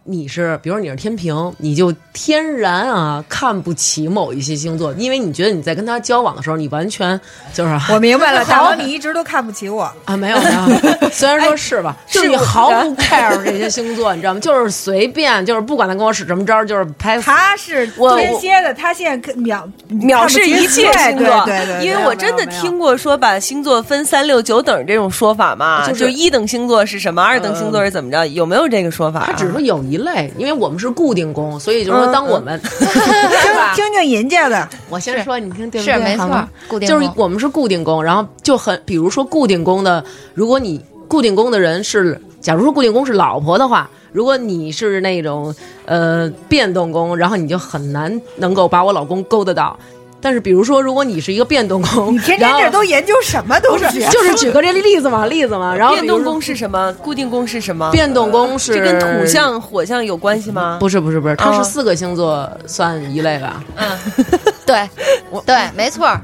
S7: 你是，比如说你是天平，你就天然啊看不起某一些星座，因为你觉得你在跟他交往的时候，你完全就是啊
S4: 我明白了，大王，你一直都看不起我。
S7: 啊，没有没 有，虽然说是吧，
S6: 是
S7: 哎就是你
S6: 我
S7: 毫不 care 这些星座，你知道吗？就是随便，就是不管他跟我使什么招儿，就是拍死。
S4: 他是
S6: 我
S4: 天蝎的，他现在秒
S6: 藐视一切
S4: 看
S6: 星
S4: 不起
S6: 座，
S4: 对对对对，
S6: 因为
S4: 对
S6: 我真的
S7: 没有
S6: 听过说把星座分三六九等这种说法嘛，
S7: 就
S6: 就是一等星座是什么，二等星座是怎么着，有没有这个说法啊？
S7: 他只是说有一类，因为我们是固定宫，所以就是说，当我们， 是吧
S4: 听听听人家的，
S7: 嗯我先
S8: 是
S7: 说，你听对不对？
S8: 是没
S7: 好
S8: 错
S7: 吗，
S8: 固定
S7: 就是
S8: 工
S7: 我们是固定工，然后就很，比如说固定工的，如果你固定工的人是，假如说固定工是老婆的话，如果你是那种呃变动工，然后你就很难能够把我老公勾得到。但是比如说，如果你是一个变动工，
S4: 你天天
S7: 然后
S4: 这都研究什么东西啊？
S7: 就是举个这例子嘛，例子嘛，然后
S6: 变
S7: 比如
S6: 动
S7: 说
S6: 宫是什么？固定宫是什么？
S7: 变动宫是
S6: 这跟土象、火象有关系吗？
S7: 不是不是不是，它
S6: 嗯
S7: 是四个星座算一类吧？
S8: 对，对，没错儿。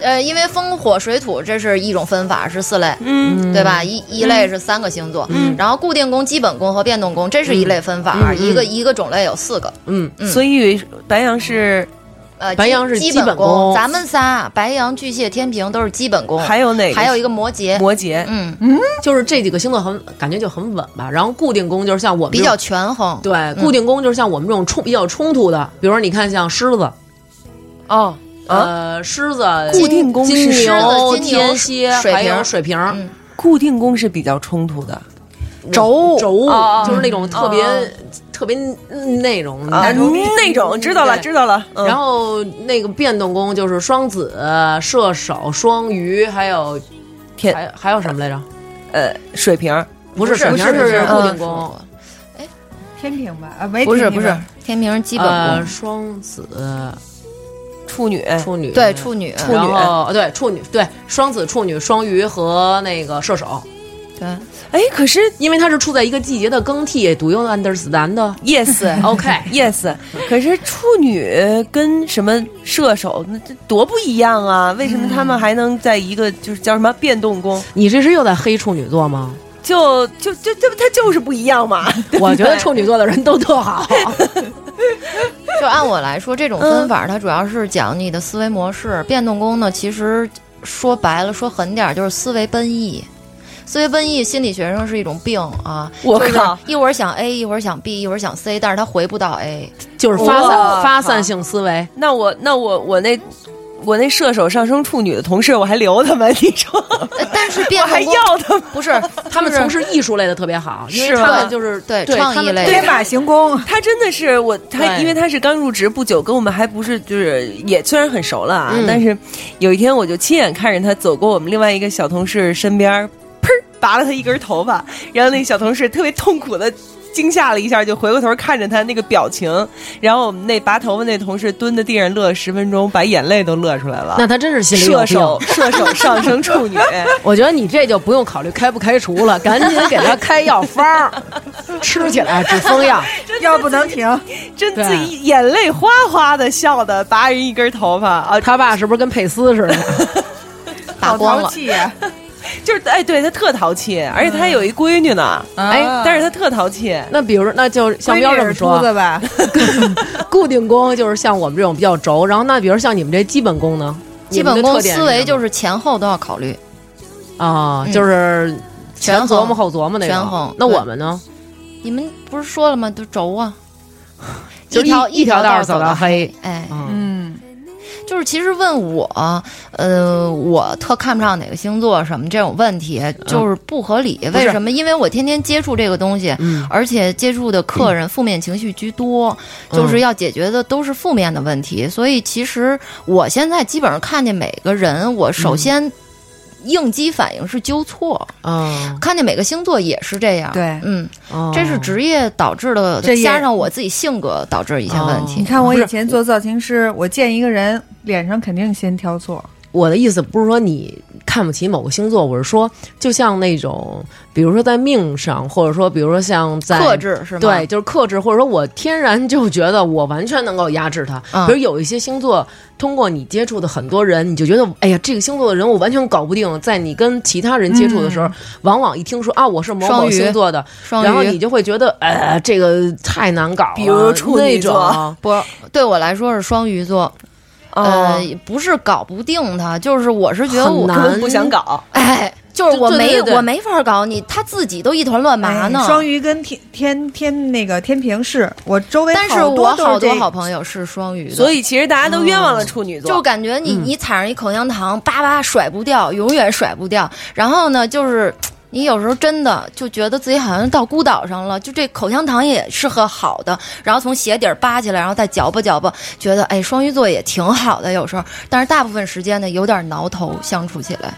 S8: 呃，因为风火水土这是一种分法，是四类，嗯，对吧？一一类是三个星座，嗯，然后固定宫、基本宫和变动宫，这是一类分法，一个一个种类有四个。
S7: 嗯，
S8: 嗯
S6: 所以白羊是
S8: 呃，
S7: 白
S8: 基
S7: 羊是
S8: 基
S7: 基
S8: 本
S7: 本宫
S8: 咱们仨白羊、巨蟹、天平都是基本宫，
S6: 还有哪个？
S8: 嗯还有一个摩羯，
S6: 摩羯。
S8: 嗯，
S7: 就是这几个星座很感觉就很稳吧，然后固定宫就是像我们
S8: 比
S7: 这种
S8: 较权衡。
S7: 对，固定宫就是像我们这种冲比较冲突的，比如说你看像狮
S8: 啊
S7: 子，
S6: 哦，
S7: 呃，狮子、
S6: 固定宫
S7: 金
S6: 是狮
S7: 牛、
S8: 子金牛
S7: 天蝎，
S8: 水
S7: 还有
S8: 瓶
S7: 水瓶，嗯
S8: 嗯
S6: 固定宫是比较冲突的。
S7: 轴轴
S6: 哦哦
S7: 就是那种特别
S8: 嗯
S6: 哦
S7: 特别那种
S6: 啊，
S7: 嗯那种。
S6: 那种知道了，
S7: 对
S6: 知道了。嗯
S7: 然后那个变动宫就是双子、射手、双鱼，还有
S6: 天
S7: 还还有什么来着？
S6: 呃，水瓶儿
S7: 不是水
S8: 不
S7: 瓶
S8: 是不
S7: 是
S8: 是
S7: 固
S8: 嗯
S7: 定宫，
S4: 天平吧？啊，没
S8: 不是
S4: 天平
S8: 不是，天平是基本
S7: 呃，
S8: 宫，
S7: 双子、
S6: 处女，
S7: 处女哦
S8: 对处女，
S6: 女
S7: 然后对处女对双子、处女、双鱼和那个射手。
S8: 对，
S6: 哎，可是
S7: 因为它是处在一个季节的更替，Do you understand？
S6: yes
S7: OK
S6: yes，可是处女跟什么射手那这多不一样啊？为什么他们还能在一个就是叫什么变动宫？
S7: 你这是又在黑处女座吗？
S6: 就就就就他就是不一样嘛？
S7: 我觉得处女座的人都特好，
S8: 就按我来说，这种
S7: 嗯
S8: 分法它主要是讲你的思维模式。变动宫呢，其实说白了，说狠点儿就是思维奔逸。思维奔逸，心理学上是一种病 啊！
S6: 我
S8: 就是
S6: 靠
S8: 一会儿想 A，一会儿想 B，一会儿想 C，但是他回不到 A。
S7: 就是发
S6: 哇
S7: 散发散性思维。
S6: 那我那我我那我那射手上升处女的同事，我还留他们？你说
S8: 呃但 是
S6: 我
S8: 变
S6: 还
S8: 动宫
S6: 要他们？
S8: 不是
S7: 他们从事艺术类的特别好，因为
S6: 是吧
S7: 他们就是
S8: 对
S7: 他们
S8: 创意类
S7: 对
S4: 天马行空，
S6: 他真的是我，他
S7: 对
S6: 因为他是刚入职不久，跟我们还不是就是也虽然很熟了啊，
S7: 嗯
S6: 但是有一天我就亲眼看着他走过我们另外一个小同事身边儿，砰拔了他一根头发，然后那小同事特别痛苦的。惊吓了一下，就回过头看着他那个表情，然后我们那拔头发那同事蹲在地上乐了十分钟，把眼泪都乐出来了。
S7: 那他真是心里有
S6: 射
S7: 病。
S6: 手，射手上升处 女，
S7: 我觉得你这就不用考虑开不开除 了，赶紧给他开药方儿， 吃起来 止疯药。
S4: 药不能停。
S6: 真
S7: 对
S6: 自己眼泪哗哗的笑的，拔人一根头发啊，
S7: 他爸是不是跟佩斯 似的？
S8: 打光了
S4: 好淘。气呀、
S6: 就是哎，对他特淘气，而且他还有一闺女呢，
S4: 嗯
S6: 哎，
S4: 啊
S6: 但是他特淘气，
S7: 那比如，那就是像
S4: 闺
S7: 彪
S4: 女
S7: 这
S4: 是
S7: 么
S4: 秃
S7: 说，啊
S4: 子吧？
S7: 固定工就是像我们这种比较轴，然后那比如像你们这基本功呢，
S8: 基本功思维就是是前后都要考虑，
S7: 啊，
S8: 嗯
S7: 就是前
S8: 权
S7: 琢磨
S8: 衡。
S7: 后琢磨那
S8: 权
S7: 种
S8: 衡。
S7: 那
S8: 对
S7: 我们呢，
S8: 你们不是说了吗？都轴啊，
S7: 就是
S8: 条
S7: 一
S8: 一
S7: 条道
S8: 道
S7: 儿走到
S8: 到。
S7: 黑。
S8: 哎，
S7: 嗯，
S4: 嗯，
S8: 就是其实问我，呃，我特看不上哪个星座什么这种问题，就是不合理。
S7: 嗯不是
S8: 为什么？因为我天天接触这个东西，
S7: 嗯
S8: 而且接触的客人负面情绪居多，
S7: 嗯
S8: 就是要解决的都是负面的问题。所以其实我现在基本上看见每个人，我首先应激反应是纠错，
S7: 啊，
S8: 看见每个星座也是这样。
S4: 对
S8: 嗯，
S7: 哦
S8: 这是职业导致的，
S4: 这也
S8: 加上我自己性格导致一些问
S7: 哦
S8: 题。
S4: 你看我
S7: 不是
S4: 以前做造型师，我见一个人脸上肯定先挑错，
S7: 我的意思不是说你看不起某个星座，我是说，就像那种，比如说在命上，或者说，比如说像在
S8: 克，制是吗？
S7: 对，，就是克制，或者说我天然就觉得我完全能够压制它。
S6: 啊
S8: 嗯
S7: 比如有一些星座，通过你接触的很多人，你就觉得，哎呀，这个星座的人我完全搞不定。在你跟其他人接触的时候，
S6: 嗯
S7: 往往一听说啊，我是某
S8: 双
S7: 某
S8: 鱼
S7: 星座的，
S8: 双鱼。
S7: 然后你就会觉得，呃，这个太难搞了。
S6: 比如处女
S7: 那
S6: 座
S7: 种，
S8: 不，对我来说是双鱼座，呃
S6: 哦，，
S8: 不是搞不定他，就是我是觉得
S7: 很
S8: 我
S7: 难，
S6: 根本不想搞，
S8: 哎，就是
S7: 对
S8: 我
S7: 对
S8: 没
S7: 对对
S8: 我没法搞你，他自己都一团乱麻呢。
S4: 哎双鱼跟天天天那个天平是，我周围
S8: 但是我
S4: 多都
S8: 好
S4: 是这
S8: 多好朋友是双鱼的，
S6: 所以其实大家都冤枉了处女座，
S7: 嗯
S8: 就感觉你、你踩上一口香糖，叭叭甩不掉，永远甩不掉。然后呢，就是。你有时候真的就觉得自己好像到孤岛上了，就这口香糖也是个好的，然后从鞋底儿扒起来，然后再嚼吧嚼吧，觉得哎，双鱼座也挺好的，有时候，但是大部分时间呢有点挠头，相处起来。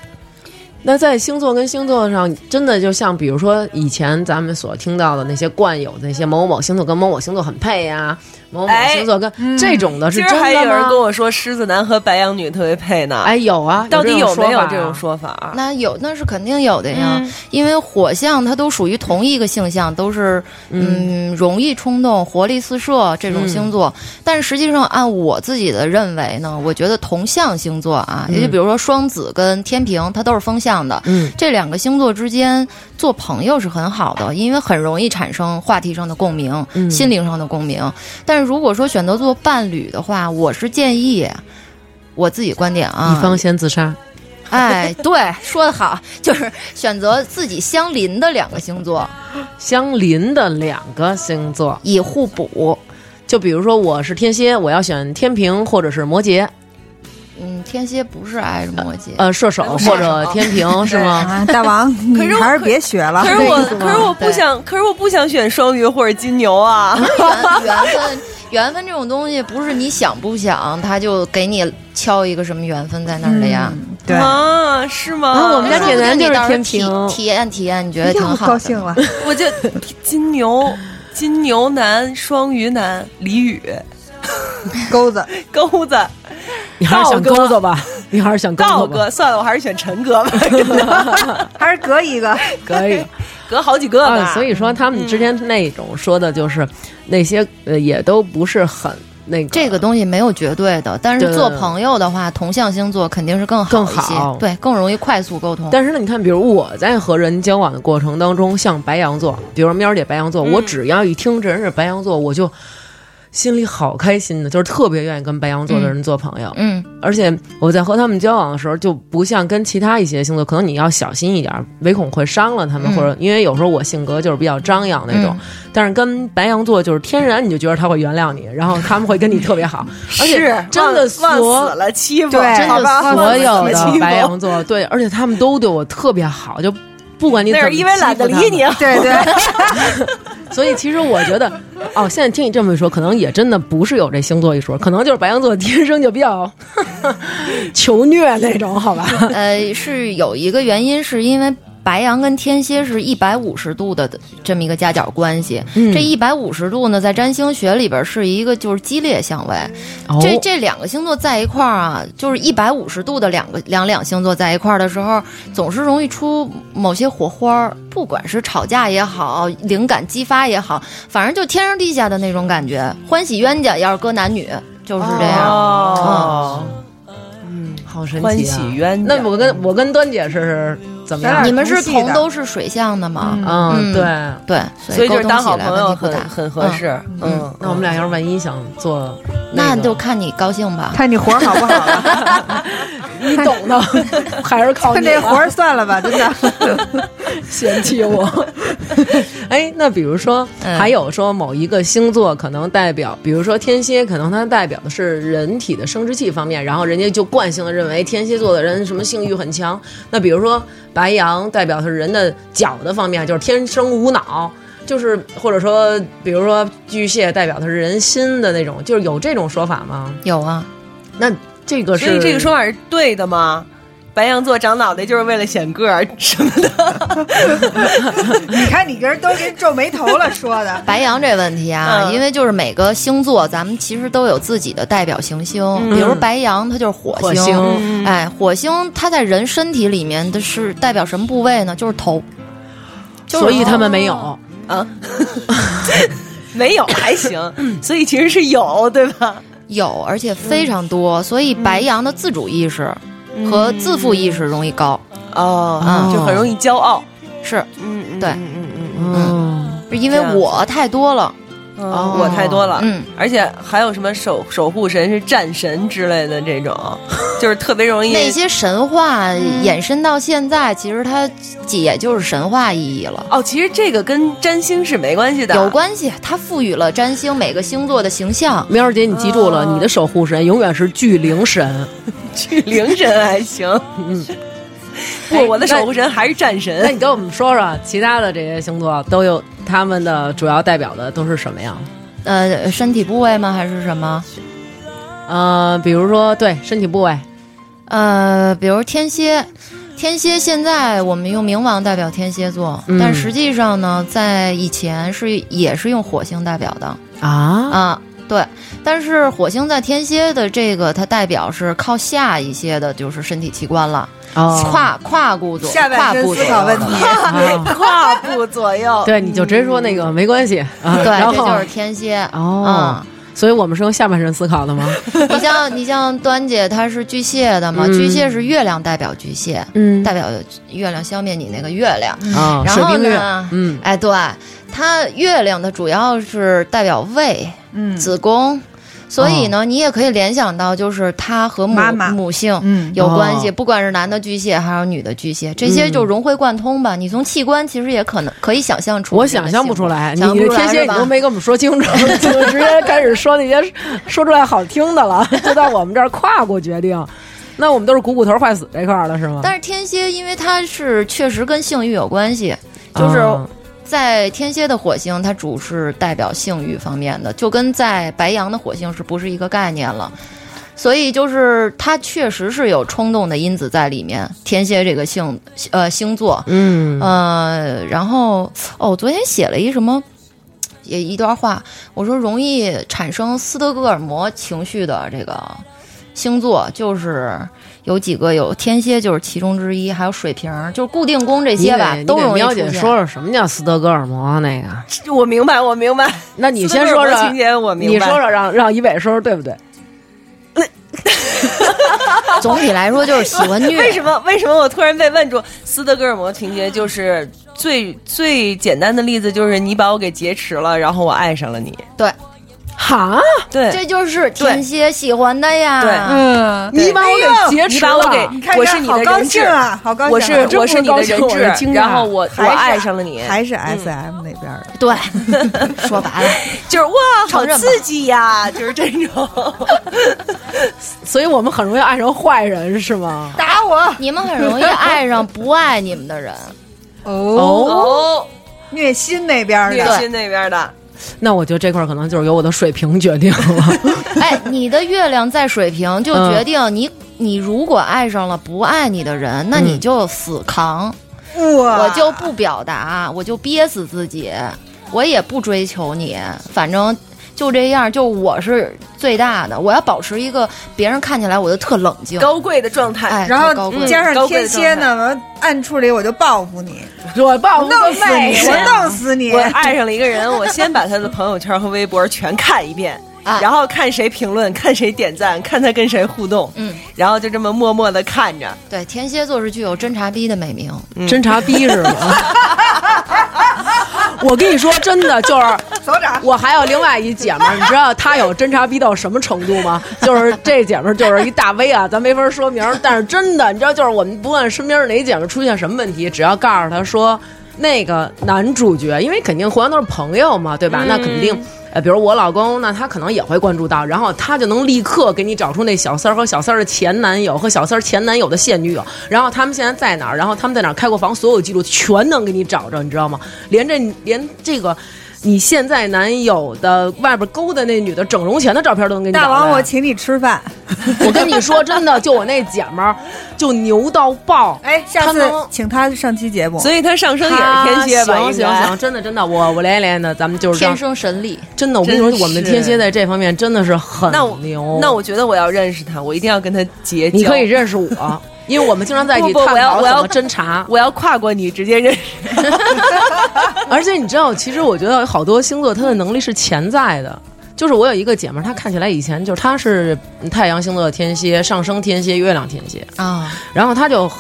S7: 那在星座跟星座上，真的就像比如说以前咱们所听到的那些惯有的那些某某星座跟某某星座很配呀、某某
S6: 哎
S7: 星座跟、这种的是
S6: 今
S7: 真
S6: 儿还有
S7: 的
S6: 人跟
S7: 吗？
S6: 我说狮子男和白羊女特别配呢，
S7: 哎，，有啊，
S6: 到底有
S7: 这
S6: 没有
S7: 法
S6: 这种
S7: 啊？
S6: 说法？
S8: 那有那是肯定有的呀，
S6: 嗯
S8: 因为火象它都属于同一个性象，都是嗯容易冲动、活力四射这种星座。
S7: 嗯
S8: 但是实际上，按我自己的认为呢，我觉得同象星座啊，也就比如说双子跟天平，它都是风象的。
S7: 嗯，
S8: 这两个星座之间做朋友是很好的，因为很容易产生话题上的共鸣、
S7: 嗯
S8: 心灵上的共鸣。但是如果说选择做伴侣的话，我是建议。我自己观点
S6: 嗯
S8: 啊，
S7: 一方先自杀，
S8: 哎，对，说得好，就是选择自己相邻的两个星 座
S7: 相邻的两个星座，
S8: 以互补。
S7: 就比如说我是天蝎，我要选天平或者是摩羯，
S8: 嗯，天蝎不是挨着摩 羯，
S7: 呃，射手或者天平 是吗？
S4: 啊，大王，
S6: 可是
S4: 你
S6: 我
S4: 还是别学了
S6: 可。是我
S7: 啊
S8: 这意思，吗
S6: 可是我不
S8: 对
S6: 想，可是我不想选双鱼或者金牛啊！
S8: 缘缘分，缘分这种东西不是你想不想，他就给你敲一个什么缘分在那儿的哎呀。
S4: 嗯，对，
S6: 啊， 是吗？
S7: 啊我们家
S8: 说不定
S7: 铁男就是
S8: 你到时候
S7: 天
S8: 体
S7: 平
S8: 体验体验，你觉得挺
S4: 又
S8: 好的。
S4: 高兴了。
S6: 我 就金牛、金牛男、双鱼男、李宇、
S4: 钩子，
S6: 钩子，
S7: 你还是想
S6: 道哥
S7: 钩子吧？你还是想
S6: 告
S7: 哥
S6: 哥算了，我还是选陈哥 吧，真的
S4: 还是隔一个，
S7: 可以。
S6: 隔好几个呢、
S7: 啊，所以说他们之前那种说的就是、那些呃，也都不是很那个
S8: 这个东西没有绝对的，但
S7: 对
S8: 是做朋友的话，同向星座肯定是更
S7: 更
S8: 一些，
S7: 好
S8: 对，更容易快速沟通。
S7: 但是呢，你看，比如我在和人交往的过程当中，像白羊座，比如喵儿姐白羊座，我只要一听这人是白羊座，我就心里好开心的，就是特别愿意跟白羊座的人做朋友。
S8: 嗯，
S7: 而且我在和他们交往的时候，就不像跟其他一些星座，可能你要小心一点，唯恐会伤了他们，
S8: 嗯
S7: 或者因为有时候我性格就是比较张扬那
S6: 嗯
S7: 种，但是跟白羊座就是天然你就觉得他会原谅你，然后他们会跟你特 别好，而且
S6: 是啊
S7: 真的所
S6: 忘忘死了欺负，
S4: 对
S8: 真
S6: 好吧忘
S8: 的
S7: 所
S6: 死
S7: 有
S6: 了欺
S7: 的
S6: 负
S7: 白羊座，对，而且他们都对我特别好，就不管你怎
S6: 那
S7: 么
S6: 是因为懒得
S7: 欺负他
S6: 理
S7: 们
S6: 你。
S4: 对对，
S7: 所以其实我 觉得，哦，现在听你这么一说，可能也真的不是有这星座一说，可能就是白羊座天生就比较 求虐那种，好吧？
S8: 呃，是有一个原因，是因为白羊跟天蝎是一百五十度的这么一个夹角关系。
S7: 嗯
S8: 这一百五十度呢，在占星学里边是一个就是激烈相位。
S7: 哦
S8: 这这两个星座在一块儿啊，就是一百五十度的两个两两星座在一块儿的时候，总是容易出某些火花儿，不管是吵架也好，灵感激发也好，反正就天上地下的那种感觉，欢喜冤家要是搁男女就是这样。
S4: 哦
S6: 哦，
S7: 好神奇、啊，
S6: 欢喜冤家
S7: 那我跟我跟端姐是怎么样
S4: 咱俩？
S8: 你们
S4: 同
S8: 是
S4: 系的
S8: 同都是水象的吗？
S7: 嗯，
S8: 嗯
S7: 对。
S8: 对，
S6: 所以就是
S8: 沟通
S6: 当
S8: 起
S6: 好
S8: 来
S6: 朋
S8: 问
S6: 友
S8: 题不
S6: 很
S8: 大
S6: 很合
S8: 嗯
S6: 适，嗯，
S7: 那我们俩要是万一想做、
S8: 那
S7: 个
S8: 就看你高兴吧。
S4: 看你活儿好不好了，
S7: 你懂的，还是靠
S4: 看
S7: 你啊
S4: 这
S7: 了
S4: 活儿算了吧，真的。
S7: 嫌弃 我。哎，那比如说，
S8: 嗯
S7: 还有说某一个星座可能代表，比如说天蝎，可能它代表的是人体的生殖器方面，然后人家就惯性的认为天蝎座的人什么性欲很强。那比如说白羊代表的是人的脚的方面，就是天生无脑。就是或者说，比如说巨蟹代表的是人心的那种，就是有这种说法吗？
S8: 有啊，
S7: 那这个是
S6: 所以这个说法是对的吗？白羊座长脑袋就是为了显个儿什么的，
S4: 你看你跟人都给皱眉头了，说的。
S8: 白羊这问题啊，
S6: 嗯
S8: 因为就是每个星座，咱们其实都有自己的代表行星，比如白羊，它就是火
S7: 火星嗯
S8: 哎，火星它在人身体里面的是代表什么部位呢？就是头。就是
S7: 所以他们没有。
S6: 没有还行，所以其实是有，对吧？
S8: 有，而且非常多，所以白羊的自主意识嗯和自负意识容易高。
S6: 哦就很容易骄傲，
S8: 是
S6: 嗯嗯
S8: 对
S6: 嗯嗯嗯，
S7: 嗯，
S8: 因为
S6: 这样子
S8: 我太多了，
S6: 哦我太多了，
S8: 嗯，
S6: 而且还有什么守守护神是战神之类的这种，就是特别容易
S8: 那些神话延伸到现在，其实它也就是神话意义了。
S6: 哦，其实这个跟占星是没关系的，
S8: 有关系，它赋予了占星每个星座的形象。
S7: 喵儿姐，你记住了，
S6: 哦
S7: 你的守护神永远是巨灵神。
S6: 去 灵神还行，
S7: 嗯，
S6: 不，我的守护神还是战
S7: 那
S6: 神。
S7: 你跟我们说说，其他的这些星座都有他们的主要代表的都是什么呀？
S8: 呃，身体部位吗？还是什么？
S7: 呃，比如说对身体部位，
S8: 呃，比如天蝎，天蝎现在我们用冥王代表天蝎座，
S7: 嗯
S8: 但实际上呢，在以前是也是用火星代表的
S7: 啊，
S8: 啊。对，但是火星在天蝎的这个，它代表是靠下一些的，就是身体器官了，
S7: 哦
S8: 胯胯骨左，
S4: 下半
S8: 胯
S4: 身
S8: 骨
S4: 思
S8: 左
S4: 考
S8: 右
S4: 问
S8: 的
S4: 题，
S7: 啊
S6: 胯部左右，
S7: 对，你就直接说那个没关系啊，
S8: 对，
S7: 然
S8: 这
S7: 后
S8: 就是天蝎。
S7: 哦
S8: 嗯，
S7: 所以我们是用下半身思考的吗？
S8: 你像你像端姐，她是巨蟹的嘛，
S7: 嗯
S8: 巨蟹是月亮代表巨蟹，
S7: 嗯
S8: 代表月亮消灭你那个月亮。
S7: 啊，
S8: 然
S7: 水
S8: 后
S7: 冰月
S8: 呢，
S7: 嗯，
S8: 哎，对，它月亮它主要是代表胃、
S4: 嗯
S8: 子宫，所
S7: 哦
S8: 以呢，你也可以联想到，就是它和母
S4: 妈妈
S8: 母性
S4: 嗯，
S8: 有关系，
S7: 哦
S8: 不管是男的巨蟹还是女的巨蟹，这些
S7: 嗯
S8: 就融会贯通吧。你从器官其实也可能可以想象出，
S7: 我想象不出。来，你
S8: 想不出
S7: 这
S8: 来
S7: 天蝎
S8: 是
S7: 你
S8: 吧
S7: 都没跟我们说清 楚，就直接开始说那些说出来好听的了， 就到我们这儿跨过决定。那我们都是股骨头坏死这块儿了，是吗？
S8: 但是天蝎，因为它是确实跟性欲有关系，就是
S7: 啊
S8: 在天蝎的火星，它主是代表性欲方面的，就跟在白羊的火星是不是一个概念了？所以就是它确实是有冲动的因子在里面。天蝎这个性呃星座，
S7: 嗯
S8: 呃，然后哦，我昨天写了一什么？也一段话，我说容易产生斯德哥尔摩情绪的这个星座，就是有几个有天蝎就是其中之一，还有水瓶儿，就是固定宫这些吧
S7: 你，得
S8: 都
S7: 你得
S8: 容易
S7: 喵
S8: 出
S7: 姐
S8: 现。
S7: 说说什么叫斯德哥尔摩那个？
S6: 我明白，我明 白。
S7: 那你先说
S6: 斯德哥尔摩
S7: 说
S6: 情节我明白
S7: 你说说让让一伟说说对不对？
S8: 总体来说就是喜欢 虐，
S6: 为什么？为什么我突然被问住？斯德哥尔摩情节就是最最简单的例子，就是你把我给劫持了，然后我爱上了你。
S8: 对，
S7: 哈，
S6: 对，
S8: 这就是天蝎喜欢的呀。
S6: 对哎
S4: 嗯，
S7: 你把我给劫
S6: 你
S7: 持
S6: 把我
S7: 了，
S6: 给，我是你的
S4: 好高
S6: 人质
S4: 兴，啊，好高兴啊！
S6: 我是我
S7: 真不
S6: 是你
S7: 高
S6: 的
S7: 兴
S6: 人
S7: 我是
S6: 质，
S7: 惊讶
S6: 然后我我
S4: 还是
S6: 爱上了你，
S4: 还是 S M 那边的。
S8: 对， 说白了，
S6: 就是哇，好
S8: 承认吧
S6: 刺激呀，就是这种。
S7: 所以我们很容易爱上坏人是吗？
S4: 打我！
S8: 你们很容易爱上不爱你们的人。
S4: 哦，
S6: 哦，
S4: 虐心那边
S6: 虐
S4: 的，
S6: 心那边的，
S7: 那我觉得这块儿可能就是由我的水平决定了。
S8: 哎，你的月亮在水瓶，就
S7: 嗯
S8: 决定你、你如果爱上了不爱你的人，那你就死扛，
S4: 我
S8: 我就不表达，我就憋死自己，我也不追求你，反正。就这样，就我是最大的，我要保持一个别人看起来我就特冷静，
S6: 高贵的状态。
S8: 哎，
S4: 然
S8: 特
S4: 后
S8: 高
S4: 嗯
S8: 贵
S4: 加上天蝎呢，完暗处里我就报复你，
S7: 我报
S4: 我弄死你，我弄死你
S6: 我！爱上了一个人，我先把他的朋友圈和微博全看一遍，
S8: 啊
S6: 然后看谁评论，看谁点赞，看他跟谁互动，
S8: 嗯，
S6: 然后就这么默默的看着。
S8: 对，天蝎座是具有侦察逼的美名，
S7: 侦察逼是吗？ 我跟你说，真的就是，
S4: 首长，
S7: 我还有另外一姐们儿，你知道她有侦察逼到什么程度吗？就是这姐们儿就是一大 V 啊，咱没法说名儿，但是真的，你知道，就是我们不管身边哪姐们儿出现什么问题，只要告诉她说那个男主角，因为肯定互相都是朋友嘛，对吧？那肯定。呃，比如我老公，那他可能也会关注到，然后他就能立刻给你找出那小三儿和小三儿的前男友和小三儿前男友的现女友，然后他们现在在哪儿，然后他们在哪儿开过房，所有记录全能给你找着，你知道吗？连这连这个你现在男友的外边勾搭那女的整容前的照片都能给你找
S4: 大
S7: 着呀。
S4: 王，我请你吃饭。
S7: 我跟你说真的，就我那姐们儿就牛到爆，
S4: 哎，下
S7: 他
S4: 次
S7: 能
S4: 请他上期节目。
S6: 所以他上升也是天蝎 吧？
S7: 哦啊行
S6: 应
S7: 行
S6: 该
S7: 行，真的真的，我我连一连的，咱们就是让
S8: 天生神力。
S7: 真的，我跟你说，我们天蝎在这方面真的是很
S6: 那我
S7: 牛。
S6: 那我觉得我要认识他，我一定要跟他结交。
S7: 你可以，认 识我，因为我们经常在一起
S6: 不不
S7: 探
S6: 我要
S7: 讨
S6: 我
S7: 怎
S6: 要
S7: 么侦 查。
S6: 我要跨过你，直接认识。
S7: 而且你知道，其实我觉得好多星座它的能力是潜在的。就是我有一个姐们儿，她看起来以前就是她是太阳星座的天蝎，上升天蝎，月亮天蝎，
S8: 啊，
S7: 然后她就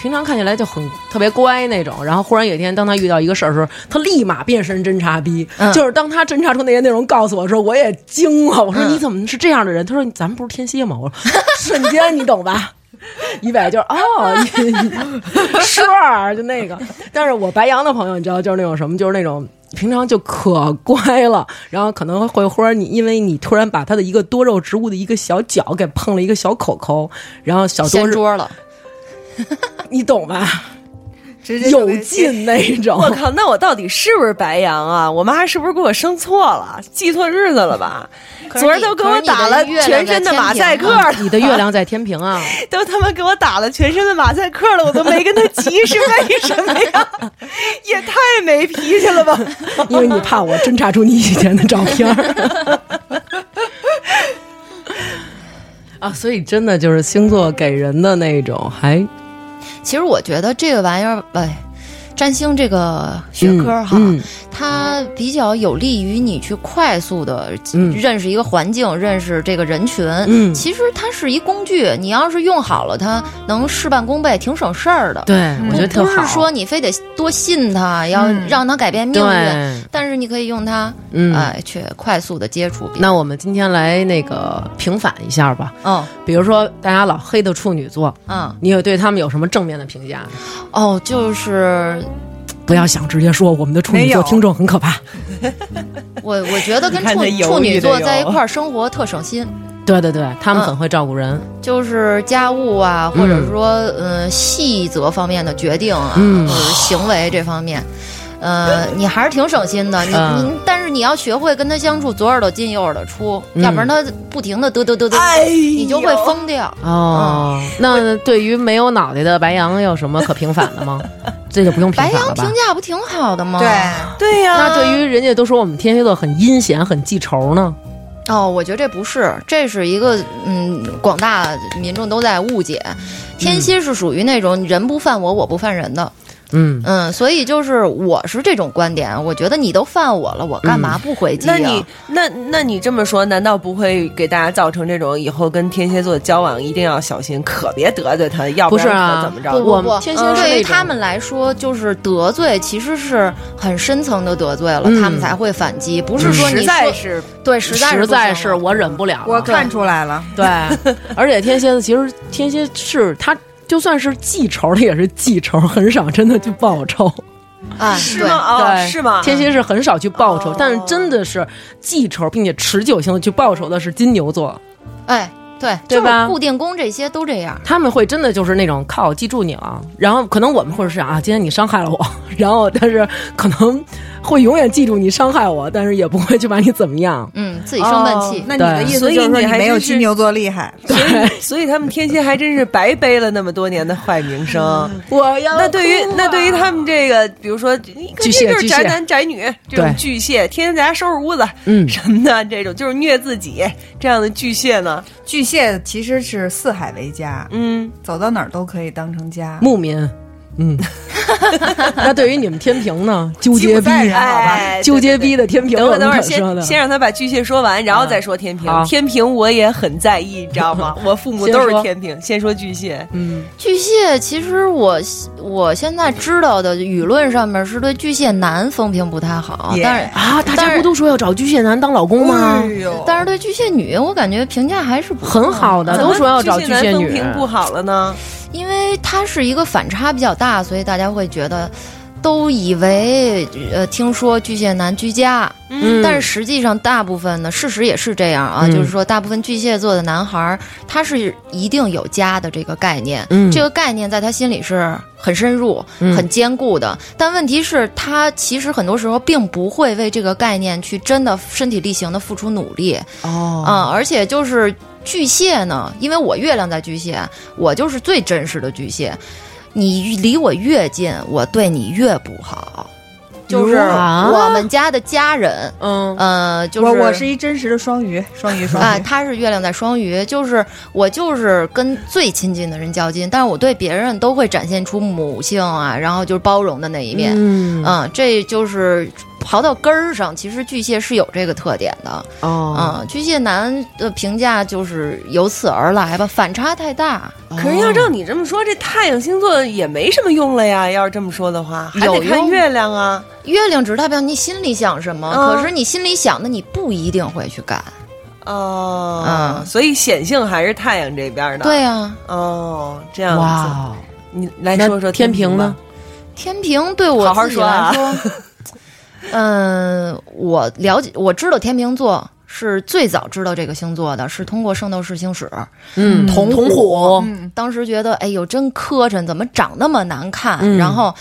S7: 平常看起来就很特别乖那种，然后忽然有一天，当她遇到一个事儿的时候，她立马变身侦察逼，
S8: 嗯
S7: 就是当她侦察出那些内容告诉我的时候，我也惊了，我说
S8: 嗯
S7: 你怎么是这样的人？她说咱们不是天蝎吗？我说瞬间你懂吧？一百就是哦，你你是就那个。但是我白羊的朋友，你知道，就是那种什么，就是那种平常就可乖了，然后可能会忽然你因为你突然把他的一个多肉植物的一个小脚给碰了一个小口口，然后小多
S8: 掀
S7: 肉，
S8: 桌了，
S7: 你懂吧？
S4: 直接就
S7: 有
S4: 给
S7: 劲那 种。
S6: 我靠，那我到底是不是白羊啊？我妈是不是给我生错了，记错日子了吧？
S8: 可是
S6: 昨儿都给我打了
S8: 你可是
S6: 全
S8: 你的月亮
S6: 身的马赛克了，
S7: 你的月亮在天平啊，
S6: 都他妈给我打了全身的马赛克了，我都没跟他急，是为什么呀？ 也太没脾气了 吧！
S7: 因为你怕我侦查出你以前的照片儿。 啊，所以真的就是星座给人的那种，还嗯
S8: 其实我觉得这个玩意儿，哎，占星这个学科儿哈，
S7: 嗯嗯
S8: 它比较有利于你去快速的
S7: 嗯
S8: 认识一个环境，认识这个人群。
S7: 嗯
S8: 其实它是一工具，你要是用好了它，能事半功倍，挺省事儿的。
S7: 对，我觉得特
S8: 嗯不
S7: 好。
S8: 是说你非得多信它，要
S4: 嗯
S8: 让它改变命
S7: 对，
S8: 运，但是你可以用它，
S7: 嗯，
S8: 哎，去快速的接触别人。
S7: 那我们今天来那个平反一下吧。
S8: 嗯
S7: 比如说，大家老黑的处女座，
S8: 嗯
S7: 你有对他们有什么正面的评价？
S8: 哦，就是
S7: 不要想直接说我们的处女
S4: 没
S7: 座
S4: 有
S7: 听众很可怕。
S8: 我我觉得跟
S6: 你看
S8: 处
S6: 他犹
S8: 处
S6: 豫
S8: 女
S6: 的
S8: 座
S6: 哟
S8: 在一块儿生活特省心。
S7: 对对对，他们
S8: 嗯
S7: 很会照顾人。
S8: 就是家务啊，
S7: 嗯
S8: 或者说嗯细则方面的决定啊，
S7: 嗯
S8: 就是行为这方面，呃，你还是挺省心的。你、
S7: 嗯
S8: 你，但是你要学会跟他相处，左耳朵进右耳朵出，
S7: 嗯哎
S8: 要不然他不停的嘚嘚嘚嘚，你就会疯掉。
S7: 哦，那对于没有脑袋的白羊有什么可平反的吗？这就不用平
S8: 白
S7: 反了
S8: 羊评
S7: 吧？
S8: 价不挺啊好的吗？
S4: 对，
S6: 对呀、
S7: 那对于人家都说我们天蝎座很阴险、很记仇呢，
S8: 哦，我觉得这不是，这是一个嗯，广大民众都在误解。天蝎是属于那种人不犯我，我不犯人的，
S7: 嗯，
S8: 嗯，所以就是我是这种观点，我觉得你都犯我了，我干嘛不回击、啊
S6: 那你那那你这么说，难道不会给大家造成这种以后跟天蝎座交往一定要小心，可别得罪他，要
S7: 不是
S6: 然
S7: 啊
S6: 可怎么着？
S8: 不
S7: 我
S8: 不
S7: 们
S8: 不，
S7: 天蝎是那
S8: 嗯对于
S7: 种
S8: 他们来说，就是得罪其实是很深层的得罪了，
S7: 嗯
S8: 他们才会反击，不是
S7: 嗯
S8: 说
S6: 实
S8: 你
S6: 在
S8: 说
S6: 是
S8: 对，实在是
S7: 实
S8: 不
S7: 在
S8: 行
S7: 是
S8: 了
S7: 我忍不了了，
S4: 我看出来了，
S7: 对，而且天蝎子其实天蝎是他就算是记仇，他也是记仇，很少真的去报仇。
S8: 哎，
S6: 是
S8: 对
S6: 吗？哦，
S7: 对
S6: 是吗？
S7: 天蝎是很少去报仇，
S6: 哦
S7: 但是真的是记仇并且持久性的去报仇的是金牛座，
S8: 哎，对，
S7: 对吧
S8: 就是固定工这些都这样。
S7: 他们会真的就是那种靠记住你了，然后可能我们会是想啊，今天你伤害了我，然后但是可能会永远记住你伤害我，但是也不会去把你怎么 样。
S8: 嗯，自己生闷
S7: 哦
S8: 气。
S4: 那你的意思
S6: 所以
S4: 就是说
S6: 你还
S4: 没有
S6: 真是
S4: 金牛座厉害？
S6: 所以所以他们天蝎还真是白背了那么多年的坏名声。
S7: 我要
S6: 那对于那对于他们这个，比如说巨
S7: 啊巨蟹
S6: 就是
S7: 巨
S6: 宅
S7: 蟹
S6: 男宅女这种
S7: 对
S6: 巨蟹，天天在家收拾屋子
S7: 嗯，
S6: 什么的，这种就是虐自己这样的巨蟹呢，
S4: 巨蟹其实是四海为家，
S6: 嗯，
S4: 走到哪儿都可以当成家。
S7: 牧民， 嗯，那对于你们天平呢？纠
S4: 吉
S7: 结
S4: 普
S7: 逼
S4: 赛人好吧
S6: 哎，
S7: 纠结逼的天平，
S6: 等会儿，等会儿，
S7: 可说
S6: 先
S7: 的。嗯
S6: 先让他把巨蟹说完，然后再说天平。
S7: 好
S6: 天平我也很在意，你知道吗？我父母都
S7: 先
S6: 是
S7: 说
S6: 天平。先说巨蟹，
S7: 嗯，
S8: 巨蟹其实我我现在知道的舆论上面是对巨蟹男风评不太好，
S6: 耶
S8: 但是
S7: 啊，大
S8: 但
S7: 家
S8: 是
S7: 不都说要找巨蟹男当老公吗？
S4: 哎呦
S8: 但是对巨蟹女，我感觉评价还是不错
S7: 很好的，
S6: 怎
S7: 都
S6: 么
S7: 说要找
S6: 巨
S7: 巨
S6: 男
S7: 蟹
S6: 风
S7: 女。
S6: 评不好了呢？
S8: 因为它是一个反差比较大，所以大家会觉得。都以为呃，听说巨蟹男居家，
S7: 嗯
S8: 但是实际上大部分呢，事实也是这样啊，
S7: 嗯
S8: 就是说大部分巨蟹座的男孩儿，他是一定有家的这个概念，
S7: 嗯
S8: 这个概念在他心里是很深入、
S7: 嗯
S8: 很坚固的。但问题是，他其实很多时候并不会为这个概念去真的身体力行的付出努力，
S7: 哦，
S8: 啊、而且就是巨蟹呢，因为我月亮在巨蟹，我就是最真实的巨蟹。你离我越近，我对你越不好。就是
S7: 啊
S8: 我们家的家人，
S7: 嗯
S8: 呃，就是
S4: 我我是一真实的双鱼，双鱼
S8: 啊
S4: 双，鱼。
S8: 他是月亮在双鱼，就是我就是跟最亲近的人较劲，但是我对别人都会展现出母性啊，然后就是包容的那一面。
S7: 嗯
S8: 嗯，这就是刨到根儿上，其实巨蟹是有这个特点的。
S7: 哦，
S8: 啊，巨蟹男的评价就是由此而来吧，反差太大。
S7: 哦
S6: 可是要照你这么说，这太阳星座也没什么用了呀。要是这么说的话，还得
S8: 有
S6: 看
S8: 用
S6: 月亮啊。
S8: 月亮只代表你心里想什么，
S6: 嗯
S8: 可是你心里想的你不一定会去干。
S6: 哦，
S8: 嗯
S6: 所以显性还是太阳这边的。
S8: 对，啊，
S6: 哦，这样子。
S7: 哇，
S6: 你来
S7: 那
S6: 说说
S7: 天
S6: 平
S7: 平呢
S6: 吧？？
S8: 天平对我
S6: 好好
S8: 自己
S6: 说啊
S8: 来说，嗯、我了解，我知道天平座。是最早知道这个星座的，是通过《圣斗士星矢》
S7: 嗯，
S8: 同
S7: 同
S8: 伙
S7: 虎，
S4: 嗯
S8: 当时觉得，哎呦，真磕碜，怎么长那么难看？
S7: 嗯
S8: 然后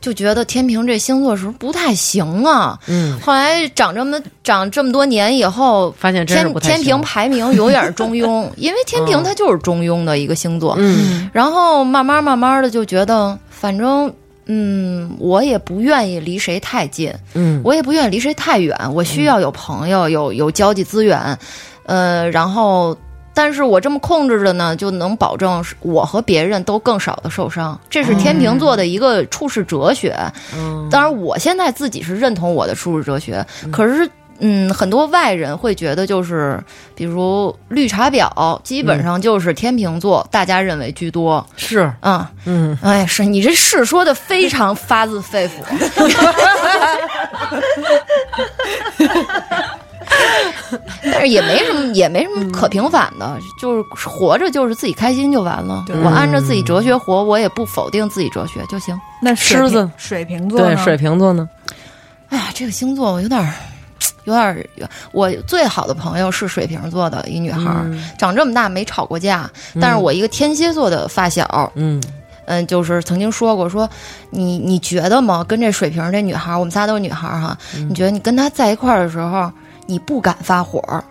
S8: 就觉得天平这星座是不是不太行啊？
S7: 嗯，
S8: 后来长这么长这么多年以后，
S7: 发现真是
S8: 天
S7: 不太
S8: 天
S7: 行
S8: 平，排名永远是中庸，因为天平它就是中庸的一个星座。
S7: 嗯
S8: 然后慢慢慢慢的就觉得，反正嗯，我也不愿意离谁太近，
S7: 嗯，
S8: 我也不愿意离谁太远，我需要有朋友，有有交际资源，呃，然后。但是我这么控制着呢，就能保证是我和别人都更少的受伤，这是天平座的一个处世哲学。
S7: 嗯
S8: 当然，我现在自己是认同我的舒适哲学，可是。嗯，很多外人会觉得，就是比如绿茶婊，基本上就是天秤座，大家认为居多。
S7: 是，
S8: 嗯，
S7: 嗯，
S8: 哎，是你这是说的非常发自肺腑。 但是也没什么，也没什么可平反的，就是活着就是自己开心就完了。我按照自己哲学活，我也不否定自己哲学就行。
S4: 那水瓶
S7: 狮子
S4: 水瓶座
S7: 对，
S4: 呢
S7: 水瓶座呢？
S8: 哎呀，这个星座我有点儿，有点儿。我最好的朋友是水瓶座的一女孩儿，长这么大没吵过架。但是我一个天蝎座的发小，
S7: 嗯，
S8: 嗯，就是曾经说过，说你你觉得吗？跟这水瓶这女孩儿，我们仨都是女孩儿哈，你觉得你跟她在一块儿的时候，你不敢发火儿？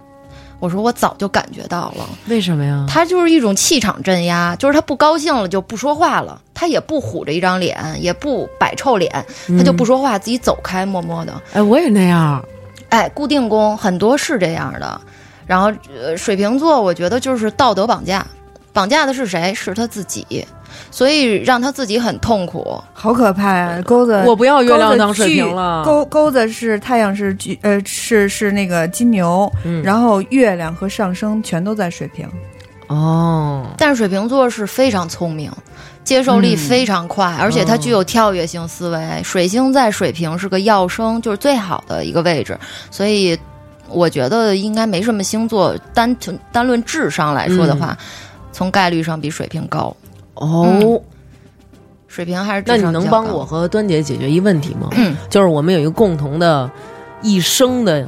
S8: 我说我早就感觉到了，
S7: 为什么呀？
S8: 她就是一种气场镇压，就是她不高兴了就不说话了，她也不虎着一张脸，也不摆臭脸，
S7: 嗯
S4: 嗯
S8: 她就不说话，自己走开，默默的。
S7: 哎，我也那样，
S8: 哎，固定工很多是这样的。然后、呃、水瓶座，我觉得就是道德绑架，绑架的是谁？是他自己，所以让他自己很痛苦。
S4: 好可怕呀、钩子，
S7: 呃我不要月亮当水瓶了。
S4: 钩钩子是太阳是巨呃是是那个金牛，
S7: 嗯
S4: 然后月亮和上升全都在水瓶。
S7: 哦，
S4: 嗯
S8: 但是水瓶座是非常聪明，接受
S7: 嗯
S8: 力非常快，而且它具
S7: 哦
S8: 有跳跃性思维。水星在水瓶是个要生，就是最好的一个位置，所以我觉得应该没什么星座单纯单论智商来说的话，
S7: 嗯
S8: 从概率上比水瓶高。
S4: 嗯
S7: 哦，
S8: 水瓶还是
S7: 那
S8: 智
S7: 你
S8: 商
S7: 能
S8: 较
S7: 帮
S8: 高
S7: 我和端姐解决一问题吗？
S8: 嗯
S7: 就是我们有一个共同的一生的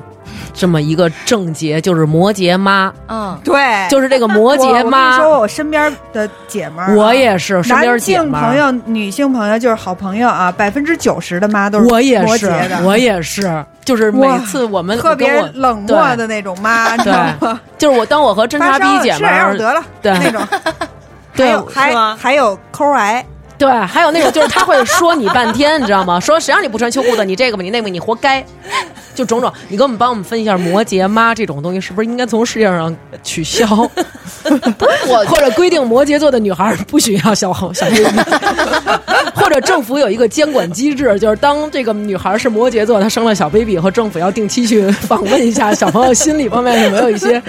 S7: 这么一个症结，就是摩羯妈，
S8: 嗯，
S4: 对
S7: 就是这个摩羯妈
S4: 哎我我跟你，说，我身边的姐们儿啊、
S7: 我也是身边
S4: 男
S7: 姐
S4: 性
S7: 们
S4: 朋
S7: 儿。
S4: 友、女性朋友就是好朋友啊，百分之九十的妈都是
S7: 我也
S4: 摩
S7: 是
S4: 羯的，，
S7: 我也是，就是每次我们
S4: 特别
S7: 我跟我
S4: 冷漠的那种妈，你知道吗？
S7: 就是我当我和侦
S4: 发
S7: 察
S4: 烧了
S7: 逼姐
S4: 吃
S7: 们
S4: 点药
S7: 儿，
S4: 得了，
S7: 对
S4: 那种。还
S7: 对
S4: 有
S6: 是吗
S4: 还还有抠癌，
S7: 对，还有那个就是他会说你半天，你知道吗？ 说谁让你不穿秋裤的，你这个吧，你那个吧你活该，就种种。你给我们帮我们分析一下摩羯妈这种东西是不是应该从世界上取消，
S8: 我
S7: 或者规定摩羯座的女孩 儿不许要小红小黑衣，或者政府有一个监管机制，就是当这个女孩儿是摩羯座，她生了小 baby 以后，政府要定期去访问一下小朋友心理方面有没有一些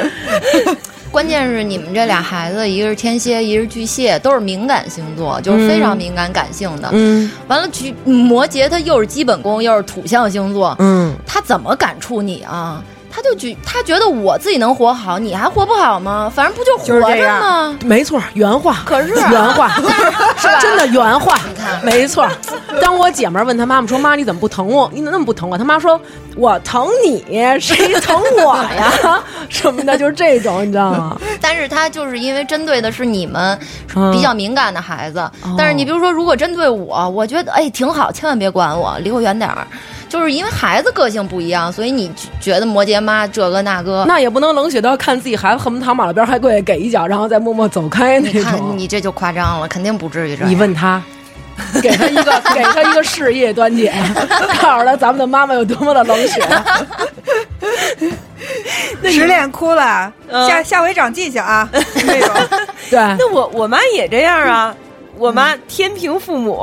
S8: 关键是你们这俩孩子，一个是天蝎，一个是巨蟹，都是敏感星座，就是非常敏感感性的。
S7: 嗯
S8: 完了，巨摩羯他又是基本功，又是土象星座，
S7: 嗯
S8: 他怎么敢触你啊？他就觉他觉得我自己能活好，你还活不好吗？反正不就活
S4: 就是这
S8: 着
S4: 样
S8: 吗？
S7: 没错，原话。
S8: 可 是
S7: 原话，
S8: 吧
S7: 真的原话
S8: 你看，
S7: 没错。当我姐们儿问她妈妈说：“妈，你怎么不疼我？你怎么那么不疼我？”她妈说：“我疼你，谁疼我呀？ 什么的，就是这种，你知道 吗？
S8: 但是他就是因为针对的是你们
S7: 嗯
S8: 比较敏感的孩子，但是你比如说，如果针对我，我觉得哎挺好，千万别管我，离我远点儿。就是因为孩子个性不一样，所以你觉得摩羯妈这个那个，
S7: 那也不能冷血到看自己孩子恨不得躺马路边儿还跪给一脚，然后再默默走开那
S8: 你看
S7: 种。
S8: 你这就夸张了，肯定不至于这样。
S7: 你问他，给他一 个给他一个事业端姐，告诉他咱们的妈妈有多么的冷血。
S4: 失恋哭了，
S7: 嗯
S4: 下下回长记性 啊，那种。
S7: 对，
S6: 那我我妈也这样啊，我妈天平父母，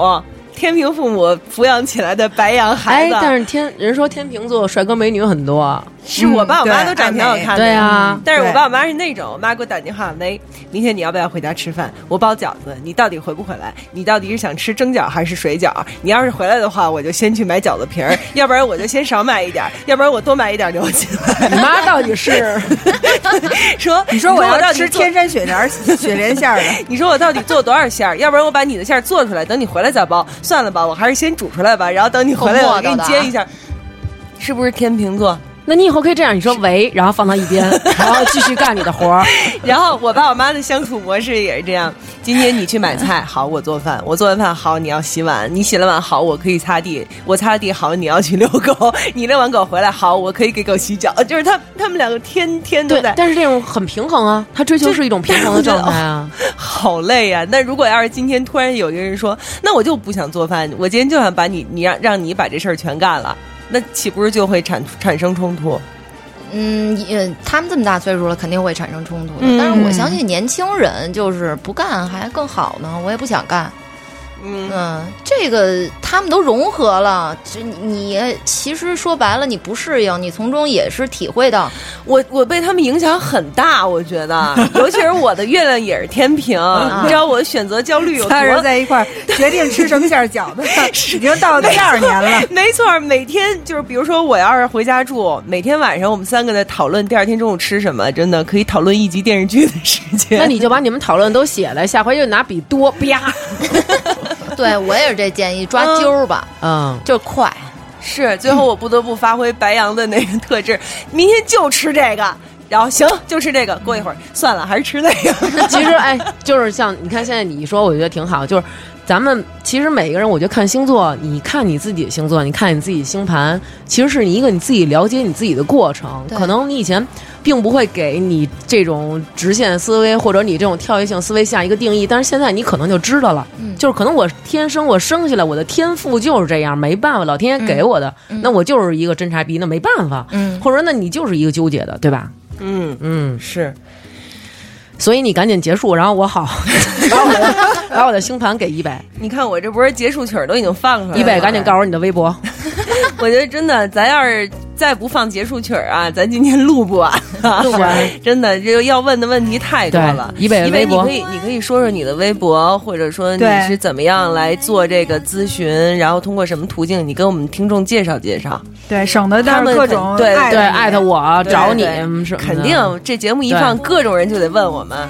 S6: 天平父母抚养起来的白羊孩
S7: 哎
S8: 啊
S6: 子，，啊
S7: 但是天人说天秤座帅哥美女很多啊，
S6: 是我爸我妈
S4: 嗯
S6: 都长得挺好看的。
S7: 对啊。
S6: 但是我
S4: 对
S6: 爸我妈是那种，我妈给我打电话，喂，明天你要不要回家吃饭？我包饺子，你到底回不回来？你到底是想吃蒸饺还是水饺？你要是回来的话，我就先去买饺子皮儿，要不然我就先少买一点儿，要不然我多买一点儿留起来。
S7: 你妈到底是
S6: 说，
S4: 你说我
S6: 到
S4: 要
S6: 底
S4: 吃
S6: 做
S4: 天山雪莲雪莲馅儿的，
S6: 你说我到底做多少馅儿？要不然我把你的馅儿做出来，等你回来再包。算了吧，我还是先煮出来吧，然后等你回来
S8: 够
S6: 我
S8: 磨
S6: 给
S8: 叨
S6: 你
S8: 的啊
S6: 接一下。是不是天秤座？
S7: 那你以后可以这样，你说喂，然后放到一边，然后继续干你的活儿。
S6: 然后我爸我妈的相处模式也是这样：今天你去买菜，好，我做饭；我做完饭，好，你要洗碗；你洗了碗，好，我可以擦地；我擦了地，好，你要去遛狗； 你遛完狗回来，好，我可以给狗洗脚。就是他他们两个天天都
S7: 对
S6: 在，，
S7: 但是这种很平衡啊，他追求是一种平衡的状态啊。
S6: 好累呀、那如果要是今天突然有一个人说，那我就不想做饭，我今天就想把你，你让让你把这事儿全干了，那岂不是就会产产生冲突？
S8: 嗯，也他们这么大岁数了，肯定会产生冲突的。
S6: 嗯
S8: 但是我相信年轻人就是不干还更好呢，我也不想干。
S6: 嗯，
S8: 嗯，这个他们都融合了，这你其实说白了，你不适应，你从中也是体会到，
S6: 我我被他们影响很大，我觉 得，尤其是我的月亮也是天平，你知道我选择焦 虑有多
S4: 仨人在一 块儿决定吃什么馅儿饺子，已经到第二年 了。
S6: 没错，每天就是，比如说我要是回家住，每天晚上我们三个在讨论第二天中午吃什么，真的可以讨论一集电视剧的时间。
S7: 那你就把你们讨论都写了，下回就拿笔多啪。
S8: 对我也是这建议，抓阄儿吧，
S7: 嗯，
S8: 就是快。
S6: 是最后我不得不发挥白羊的那个特质， 明天就吃这个，然后行就吃这个，过一会儿算了还是吃那个。
S7: 其实哎，就是像你看现在你一说，我觉得挺好。就是咱们其实每个人，我觉得看星座，你看你自己的星座，你看你自己星盘，其实是你一个你自己了解你自己的过程。
S8: 对
S7: 可能你以前并不会给你这种直线思维或者你这种跳跃性思维下一个定义，但是现在你可能就知道了，
S8: 嗯
S7: 就是可能我天生我生下来我的天赋就是这样，没办法，老天爷给我的，那我就是一个侦察逼，那没办法。
S8: 嗯
S7: 或者说那你就是一个纠结的，对吧？
S6: 嗯，
S7: 嗯，
S6: 是，
S7: 所以你赶紧结束，然后 我好把我的把我的星盘给一北，
S6: 你看我这不是结束曲儿都已经放出来了，
S7: 一北赶紧告诉我你的微博，
S6: 我觉得真的，咱要是再不放结束曲儿啊， 咱今天录不完。啊
S7: 录完
S6: 真的，这个要问的问题太多了。
S7: 对以北
S6: 以
S7: 微
S6: 北，你
S7: 博
S6: 可以，你可以说说你的微博，或者说你
S4: 对
S6: 是怎么样来做这个咨询，然后通过什么途径，你跟我们听众介绍介绍。
S4: 对，省得到
S6: 他
S4: 时候
S6: 们
S4: 各
S6: 肯
S4: 种
S6: 对
S4: 艾
S7: 对，
S4: 特
S7: 艾特
S4: 你
S7: 我
S6: 对
S7: 找你嗯
S6: 对
S7: 什么的
S6: 肯定这节目一
S7: 对
S6: 放，各种人就得问我们。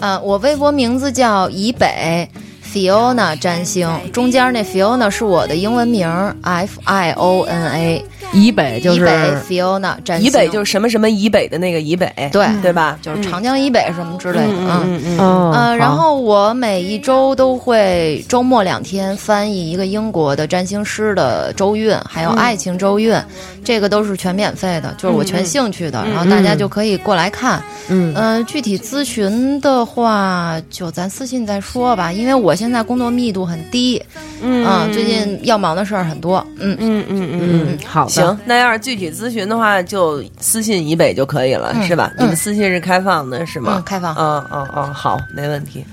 S8: 呃，我微博名字叫以北 Fiona 占星，中间那 Fiona 是我的英文名儿 F I O N A，
S7: 以北就
S8: 以
S7: 是
S8: 北 Fiona 占星，
S6: 以北就是什么什么以北的那个以北，
S8: 对，
S6: 对吧？
S8: 就是长江以北什么之类的，
S6: 嗯嗯嗯嗯，
S7: 嗯
S8: 呃，然
S7: 好
S8: 后我每一周都会周末两天翻译一个英国的占星师的周运，还有
S6: 嗯
S8: 爱情周运，这个都是全免费的，就是我
S6: 嗯
S8: 全兴趣的，然后大家就可以过来看。
S7: 嗯
S8: 呃，具体咨询的话，就咱私信再说吧，因为我现在工作密度很低，嗯、最近要忙的事儿很多，嗯，
S6: 嗯嗯嗯。
S7: 嗯好的
S6: 行，那要是具体咨询的话，就私信以北就可以了，
S4: 嗯
S6: 是吧？你们私信是开放的，是吗
S8: 嗯？开放
S6: 嗯嗯嗯，好，没问题。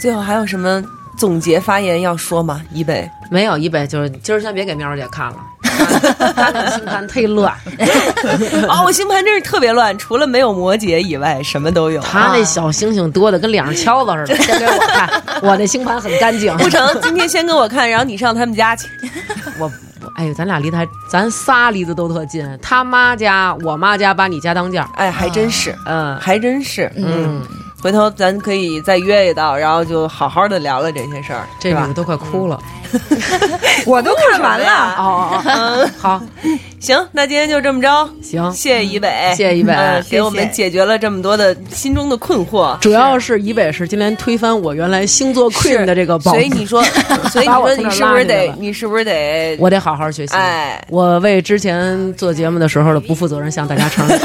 S6: 最后还有什么总结发言要说吗？以北，
S7: 没有以北就是今儿先别给喵儿姐看了，她的星盘忒乱，
S6: 哦，我星盘真是特别乱，除了没有摩羯以外，什么都有。
S7: 她那小星星多的跟脸上敲子似的，先给我看，我这星盘很干净。
S6: 不成，今天先给我看，然后你上他们家去。
S7: 我我哎呦，咱俩离得还，咱仨离得都特近，他妈家、我妈家把你家当家，
S6: 哎，还真是，
S4: 啊
S7: 嗯
S6: 还真是，
S7: 嗯，
S6: 回头咱可以再约一道，然后就好好的聊聊这些事儿，
S7: 这
S6: 是
S7: 女
S6: 吧
S7: 的？都快哭了。
S4: 我都 看完
S6: 啊
S4: 了。
S7: 哦哦哦，好，
S6: 嗯行，那今天就这么着，
S7: 行，
S6: 谢谢以北，
S7: 谢谢以北
S6: 嗯
S4: 谢
S6: 给我们
S4: 谢
S6: 解决了这么多的心中的困惑。
S7: 主要是以北是今天推翻我原来星座 queen 的这个宝
S6: 所以你说， 所以你
S7: 把我
S6: 说
S7: 从
S6: 你
S7: 这
S6: 是
S7: 拉
S6: 不是
S7: 出来
S6: 得
S7: 了，
S6: 你是不是得，
S7: 我得好好学习。
S6: 哎
S7: 我为之前做节目的时候的不负责任向大家承认，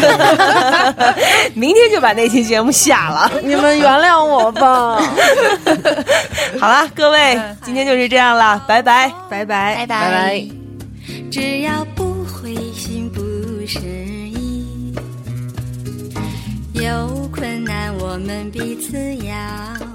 S6: 明天就把那期节目下 了。
S7: 你们原谅我吧。
S6: 好了，各位，今天就是这样了，拜嗯拜。
S4: 拜拜。
S5: 拜
S7: 拜拜。
S5: 只要不灰心不失意，有困难我们彼此要